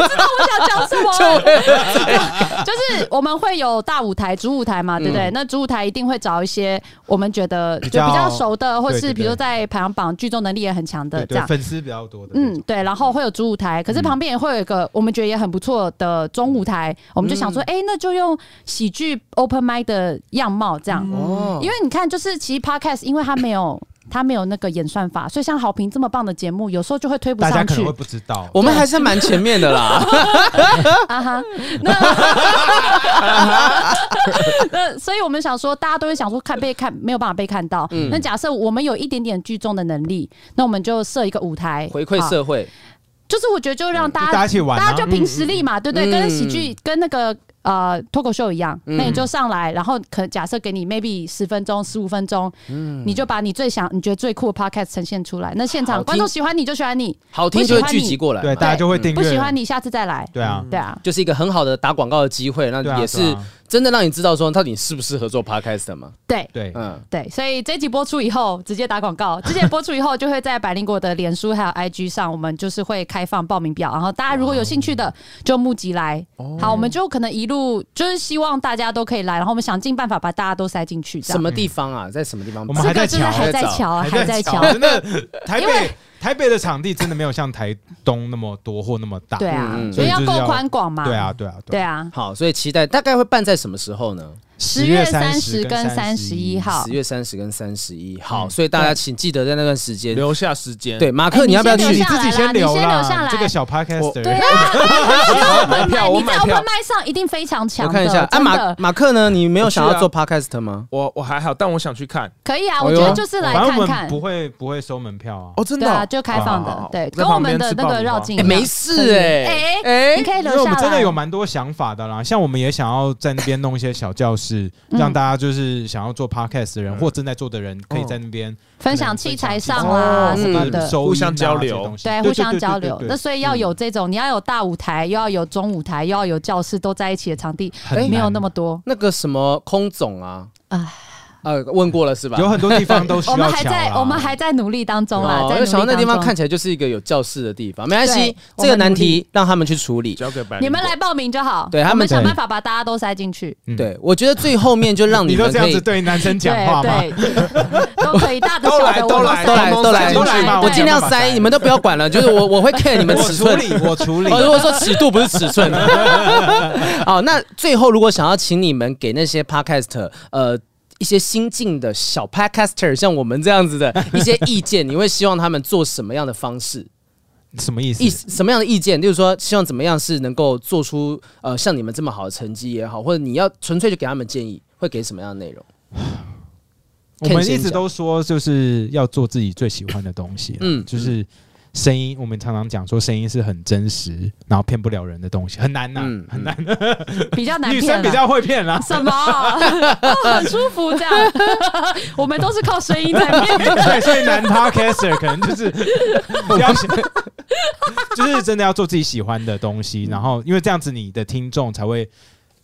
S4: 我想讲什么？
S1: 就为了
S4: 就是我们会有大舞台、主舞台嘛，对不
S1: 嗯
S4: 对？那主舞台一定会找一些我们觉得就比
S3: 较
S4: 较熟的，或
S3: 对对
S4: 是
S3: 对
S4: 比如说在排行榜聚众能力也很强的
S3: 对
S4: 这
S3: 对
S4: 样。
S3: 粉丝比较多的，
S4: 嗯，，对，然后会有主舞台，可是旁边也会有一个我们觉得也很不错的中舞台，我们就想说，哎、那就用喜剧 open mic 的样貌这样，
S1: 哦
S4: 因为你看，就是其实 podcast 因为它没有它没有那个演算法，所以像好评这么棒的节目，有时候就会推不
S3: 大家
S4: 上
S3: 可能
S4: 去
S3: 会不知道，
S1: 我们还是蛮前面的啦。
S4: 啊哈。那那所以我们想说，大家都会想说看被看没有办法被看到，那假设我们有一点点聚众的能力，那我们就设一个舞台
S1: 回馈
S4: 好
S1: 社会，
S4: 就是我觉得就让大
S3: 就
S4: 家
S3: 大家一起玩啊
S4: 大家就凭实力嘛，对不对？
S1: 嗯
S4: 跟喜剧跟那个呃脱口秀一样，那你就上来，然后可假设给你 maybe 十分钟、十五分钟，你就把你最想你觉得最酷的 podcast 呈现出来。那现
S1: 好
S4: 场
S1: 听
S4: 观众喜欢你就喜欢你，
S1: 好听
S4: 不喜
S1: 就
S4: 欢
S1: 会聚集过来嘛，
S3: 对大家就会订阅，
S4: 不喜欢你下次再来。
S3: 对啊，
S4: 对啊，
S1: 就是一个很好的打广告的机会，让
S3: 对啊
S1: 也
S3: 对
S1: 是
S3: 啊
S1: 真的让你知道说到底适不适合做 podcast 嘛。
S4: 对。
S3: 对，
S1: 嗯，
S4: 对，所以这集播出以后，直接打广告。之前播出以后，就会在百灵果的脸书还有 IG 上，我们就是会开放报名表，然后大家如果有兴趣的，就募集来。好，我们就可能一路就是希望大家都可以来，然后我们想尽办法把大家都塞进去。这
S1: 什
S4: 样，
S1: 么地方啊？在什么地方
S3: 我
S1: 办？
S3: 们
S4: 这
S3: 还在
S4: 个真的
S3: 瞧
S4: 还在瞧，啊还在瞧。
S3: 真的台
S4: 因为
S3: 北台北的场地真的没有像台东那么多或那么大，
S4: 对啊
S1: 嗯嗯，
S4: 所以要
S3: 所以就是
S4: 够
S3: 要
S4: 宽广嘛。
S3: 对啊，，对啊，
S4: 对
S3: 啊，
S4: 啊。
S1: 好，所以期待大概会办在什么时候呢？
S4: 十
S3: 月
S4: 月
S3: 三
S4: 三
S3: 十
S4: 十
S3: 跟
S4: 跟三十一
S3: 31
S4: 号
S1: 十，月三十跟三十一。好，所以大家请记得在那段时间。
S2: 留下时间，
S1: 对，，马克，
S4: 哎
S1: 你要不要
S4: 你先
S1: 去
S4: 留
S3: 你？
S4: 下
S3: 自己先
S4: 你先
S3: 啦，
S4: 留下来
S3: 这个小 podcaster，
S4: 对啊，
S2: 我买票，我
S4: 你在
S2: 买
S4: open
S2: 票，
S4: 麦上一定非常强
S1: 我
S4: 的。
S1: 看一下啊，
S4: 真
S1: 马
S4: 的
S1: 马克呢？你没有
S2: 我去
S1: 想
S2: 啊
S1: 要做 podcast 吗？
S2: 我我还好，但我想去看。
S4: 可以啊，
S1: 哎呦
S4: 我觉得就是来
S3: 反正我
S4: 看
S3: 们
S4: 看
S3: 不。会不会收门票啊。
S2: 哦，真
S4: 对
S2: 的
S4: 啊，
S2: 哦，
S4: 就开放的
S2: 哦，
S4: 对，
S2: 在
S4: 跟我
S2: 旁边
S4: 们的
S2: 吃
S4: 那个
S2: 爆米
S4: 绕
S2: 花
S4: 境
S1: 哎，
S4: 一样。
S1: 没事哎
S4: 哎
S1: 哎
S4: 你，可以
S3: 因
S4: 留
S3: 为
S4: 下
S3: 我
S4: 来。
S3: 们真的有蛮多想法的啦，像我们也想要在那边弄一些小教室，
S4: 嗯
S3: 让大家就是想要做 podcast 的人
S2: 嗯
S3: 或正在做的人，可以在那边
S4: 嗯分享器材上
S2: 哦
S4: 啊什么
S1: 嗯
S4: 的。
S3: 收
S2: 互相交流
S4: 对，互相交
S3: 嗯
S4: 流。那所以要有这种，你要有大舞台，又要有中舞台，又要有教室，都在一起的场地
S3: 很，难
S4: 没有那么多。
S1: 那个什么空总啊，
S4: 唉
S1: 呃，问过了是吧？
S3: 有很多 地方都需
S4: 我
S3: 要啊
S4: 们还在，我们还在努力当中啦，
S1: 哦，
S4: 在
S1: 我就想到那
S4: 努力
S1: 地方
S4: 当中
S1: 看。起来就是一个有教室的地方，没关系
S4: 对，
S1: 这个
S4: 我们
S1: 难
S4: 努力
S1: 题让他们去处理。
S2: 交给白，
S4: 你们来，报名就好，
S1: 对他们
S4: 我们想
S3: 对
S4: 办法把大家都塞进去。
S3: 嗯
S1: 对，我觉得最后面就让
S3: 你都
S1: 们
S3: 这
S1: 可
S3: 样
S1: 以
S3: 子对男生讲话吗？
S4: 对对，都可以，大的
S2: 都
S4: 小
S2: 来
S4: 的
S2: 都
S4: 我
S2: 来
S1: 都来
S4: 塞
S1: 都来
S4: 都来嘛
S1: 我尽量
S3: 啊我想办法
S1: 塞，
S3: 塞
S1: 你们都不要管了， 就是我我会 care 你们
S3: 我
S1: 尺
S3: 处
S1: 寸。
S3: 理，我处理。
S1: 哦，如果说尺度不是尺 寸，好，那最后如果想要请你们给那些 podcast 呃一些新进的小 podcaster，像我们这样子的一些意见，你会希望他们做什么样的方式？
S3: 什么意思
S1: 意？什么样的意见？就是说，希望怎么样是能够做出呃像你们这么好的成绩也好，或者你要纯粹就给他们建议，会给什么样的内容？
S3: 我们一直都说就是要做自己最喜欢的东西，嗯，
S1: 嗯
S3: 就是声音，我们常常讲说声音是很真实，然后骗不了人的东西，很难呐、
S1: 嗯
S3: 很难。
S4: 比较难
S3: 女
S4: 骗啊
S3: 生
S4: 啦。，
S3: 比较会骗啊啦
S4: 什 么、哦很舒服这样， 我们都是靠声音在骗人。
S3: 对，所以男 podcaster 可能就是要写，就是真的要做自己喜欢的东西，然后因为这样子你的听众才会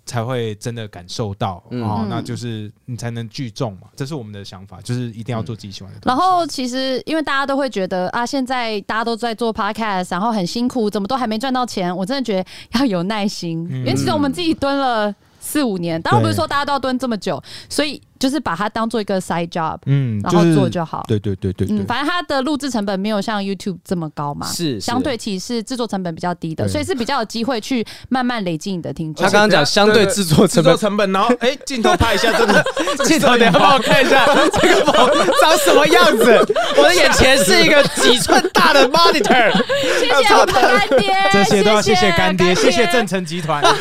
S3: 才会真的感受到
S1: 嗯
S3: 哦，那就是你才能聚众嘛，这是我们的想法，就是一定要做自己喜欢的东
S4: 然
S3: 西。
S4: 后其实因为大家都会觉得啊，现在大家都在做 podcast，然后很辛苦，怎么都还没赚到钱，我真的觉得要有耐心，
S1: 嗯
S4: 因为其实我们自己蹲了四五年，当然不是说大家都要蹲这么久，所以就是把它当做一个 side job，
S3: 嗯，
S4: 然后
S3: 是
S4: 做就好
S3: 对对对对
S4: 嗯，
S3: 对，
S4: 反正它的录制成本没有像 YouTube 这么高嘛，
S1: 是是
S4: 相对其实是制作成本比较低的，
S3: 对
S4: 所以是比较有机会去慢慢累积你的听众
S1: 他。刚刚讲相对制作
S2: 制
S1: 成
S2: 作
S1: 本，
S2: 成本，然后哎，镜头拍一下 这个
S1: 镜头等一下帮我看一下这个包 长什么样 子。我的眼前是一个几寸大 的 monitor，
S4: 谢谢我们干爹，
S3: 这些都要谢谢干爹，谢谢正
S4: 正，
S3: 成集 团。
S4: 还有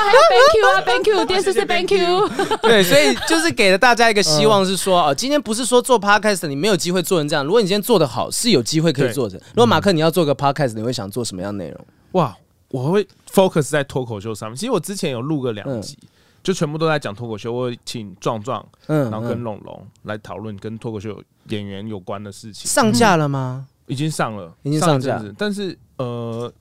S4: 还有 Thank you 啊，Thank you，电视是 Thank you。
S1: 对，所以就是给了大家一个希望，是说哦，今天不是说做 podcast 你没有机会做成这样，如果你今天做得好，是有机会可以
S2: 对
S1: 做成。如果马克你要做个 podcast，你会想做什么样的内容？
S2: 哇，我会 focus 在脱口秀上面。其实我之前有录个两集，就全部都在讲脱口秀。我有请壮壮，
S1: 嗯
S2: 然后跟龙龙来讨论跟脱口秀演员有关的事情，
S1: 上架了吗？
S2: 已经上了，
S1: 已经
S2: 上
S1: 上
S2: 一
S1: 架
S2: 阵子，但是呃，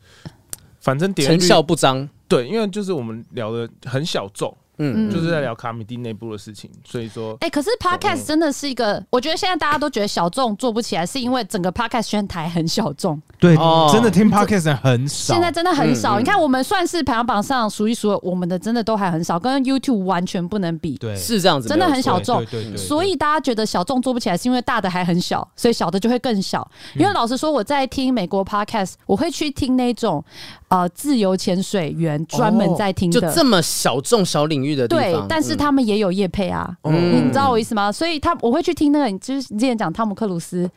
S2: 反正点阅
S1: 成
S2: 率
S1: 效不彰。
S2: 对，因为就是我们聊的很小众，
S1: 嗯，
S4: 嗯
S2: 就是在聊卡米蒂内部的事情，所以说
S4: 哎、可是 podcast 真的是一个，我觉得现在大家都觉得小众做不起来，是因为整个 podcast 宣台很小众，
S3: 对
S1: 哦，
S3: 真的听 podcast 的很少。
S4: 现在真的很
S1: 嗯
S4: 少。
S1: 嗯
S4: 你看，我们算是排行榜上数一数二，我们的真的都还很少，跟 YouTube 完全不能比。
S3: 对
S1: 是这样子，
S4: 真的很
S1: 没有错
S4: 小众
S3: 对对对对
S4: 所以大家觉得小众做不起来，是因为大的还很小，所以小的就会更小。因为老实说，我在听美国 podcast，我会去听那种呃自由潜水员专门在听
S1: 就
S4: 的，
S1: 这么小众小领域的地
S4: 对
S1: 方，，
S4: 但是他们也有业配啊，
S1: 嗯
S4: 你你知道我意思吗？所以他我会去听那个，你就是之前讲汤姆克鲁斯，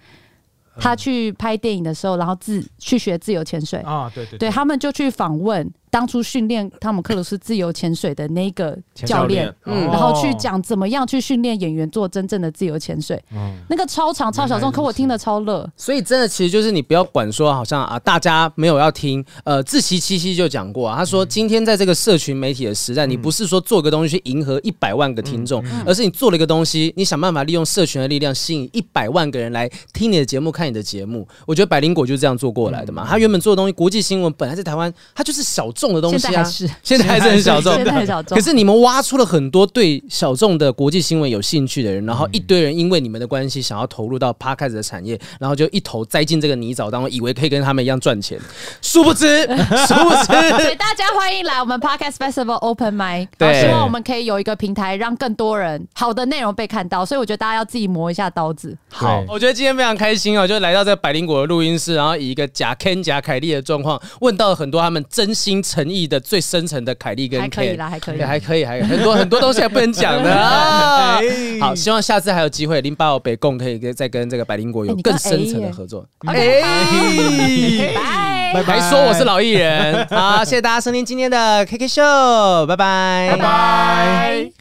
S4: 他去拍电影的时候，然后自去学自由潜水，
S3: 啊，对对
S4: 对他们就去访问当初训练汤姆克鲁斯自由潜水的那个教练。，哦
S1: 嗯
S4: 然后去，讲怎么样去训练演员做真正的自由潜水，
S3: 嗯
S4: 那个超长超小
S3: 原来
S4: 众，
S3: 如此
S4: 可我听的超乐。
S1: 所以真的其实就是你不要管说好像啊大家没有要听，呃，自习七七就讲过、啊，他说今天在这个社群媒体的时代，你不是说做个东西去迎合一百万个听众，
S4: 嗯
S1: 而是你做了一个东西，你想办法利用社群的力量吸引一百万个人来听你的节目、看你的节目。我觉得百灵果就是这样做过来的
S4: 嗯
S1: 嘛，他原本做的东西，国际新闻本来在台湾，它就是小众的东
S4: 现
S1: 西
S4: 在还
S1: 啊，
S4: 是
S1: 现在还是很小众
S4: 现。在很小众
S1: 可，是你们挖出了很多对小众的国际新闻有兴趣的人，然后一堆人因为你们的关系想要投入到 podcast 的产业，然后就一头栽进这个泥沼当中，以为可以跟他们一样赚钱，殊不知， 殊不
S4: 所以
S1: 知，
S4: 大家欢迎来我们 Podcast Festival Open Mic，
S1: 对
S4: 然后希望我们可以有一个平台，让更多人好的内容被看到。所以我觉得大家要自己磨一下刀子。
S1: 好，我觉得今天非常开心哦，就来到这百灵果的录音室，然后以一个假 Ken 假凯莉的状况，问到了很多他们真心诚意的最深层的凯莉跟
S4: 还
S1: Ken，
S4: 可以啦，还可以
S1: 对，。还可以，还可以很多很多东西还不能讲 的啊。好，希望下次还有机会，零八五北贡可以跟再跟这个百灵果有
S4: 哎你
S1: 更
S4: 刚
S1: 深层
S4: A 哦
S1: 的
S4: 耶
S1: 合作。
S4: OK，
S1: 哎
S4: 拜。
S3: 拜拜
S1: 还说我是 老艺人，好，谢谢大家收听今天的 KK 秀，拜拜，
S4: 拜。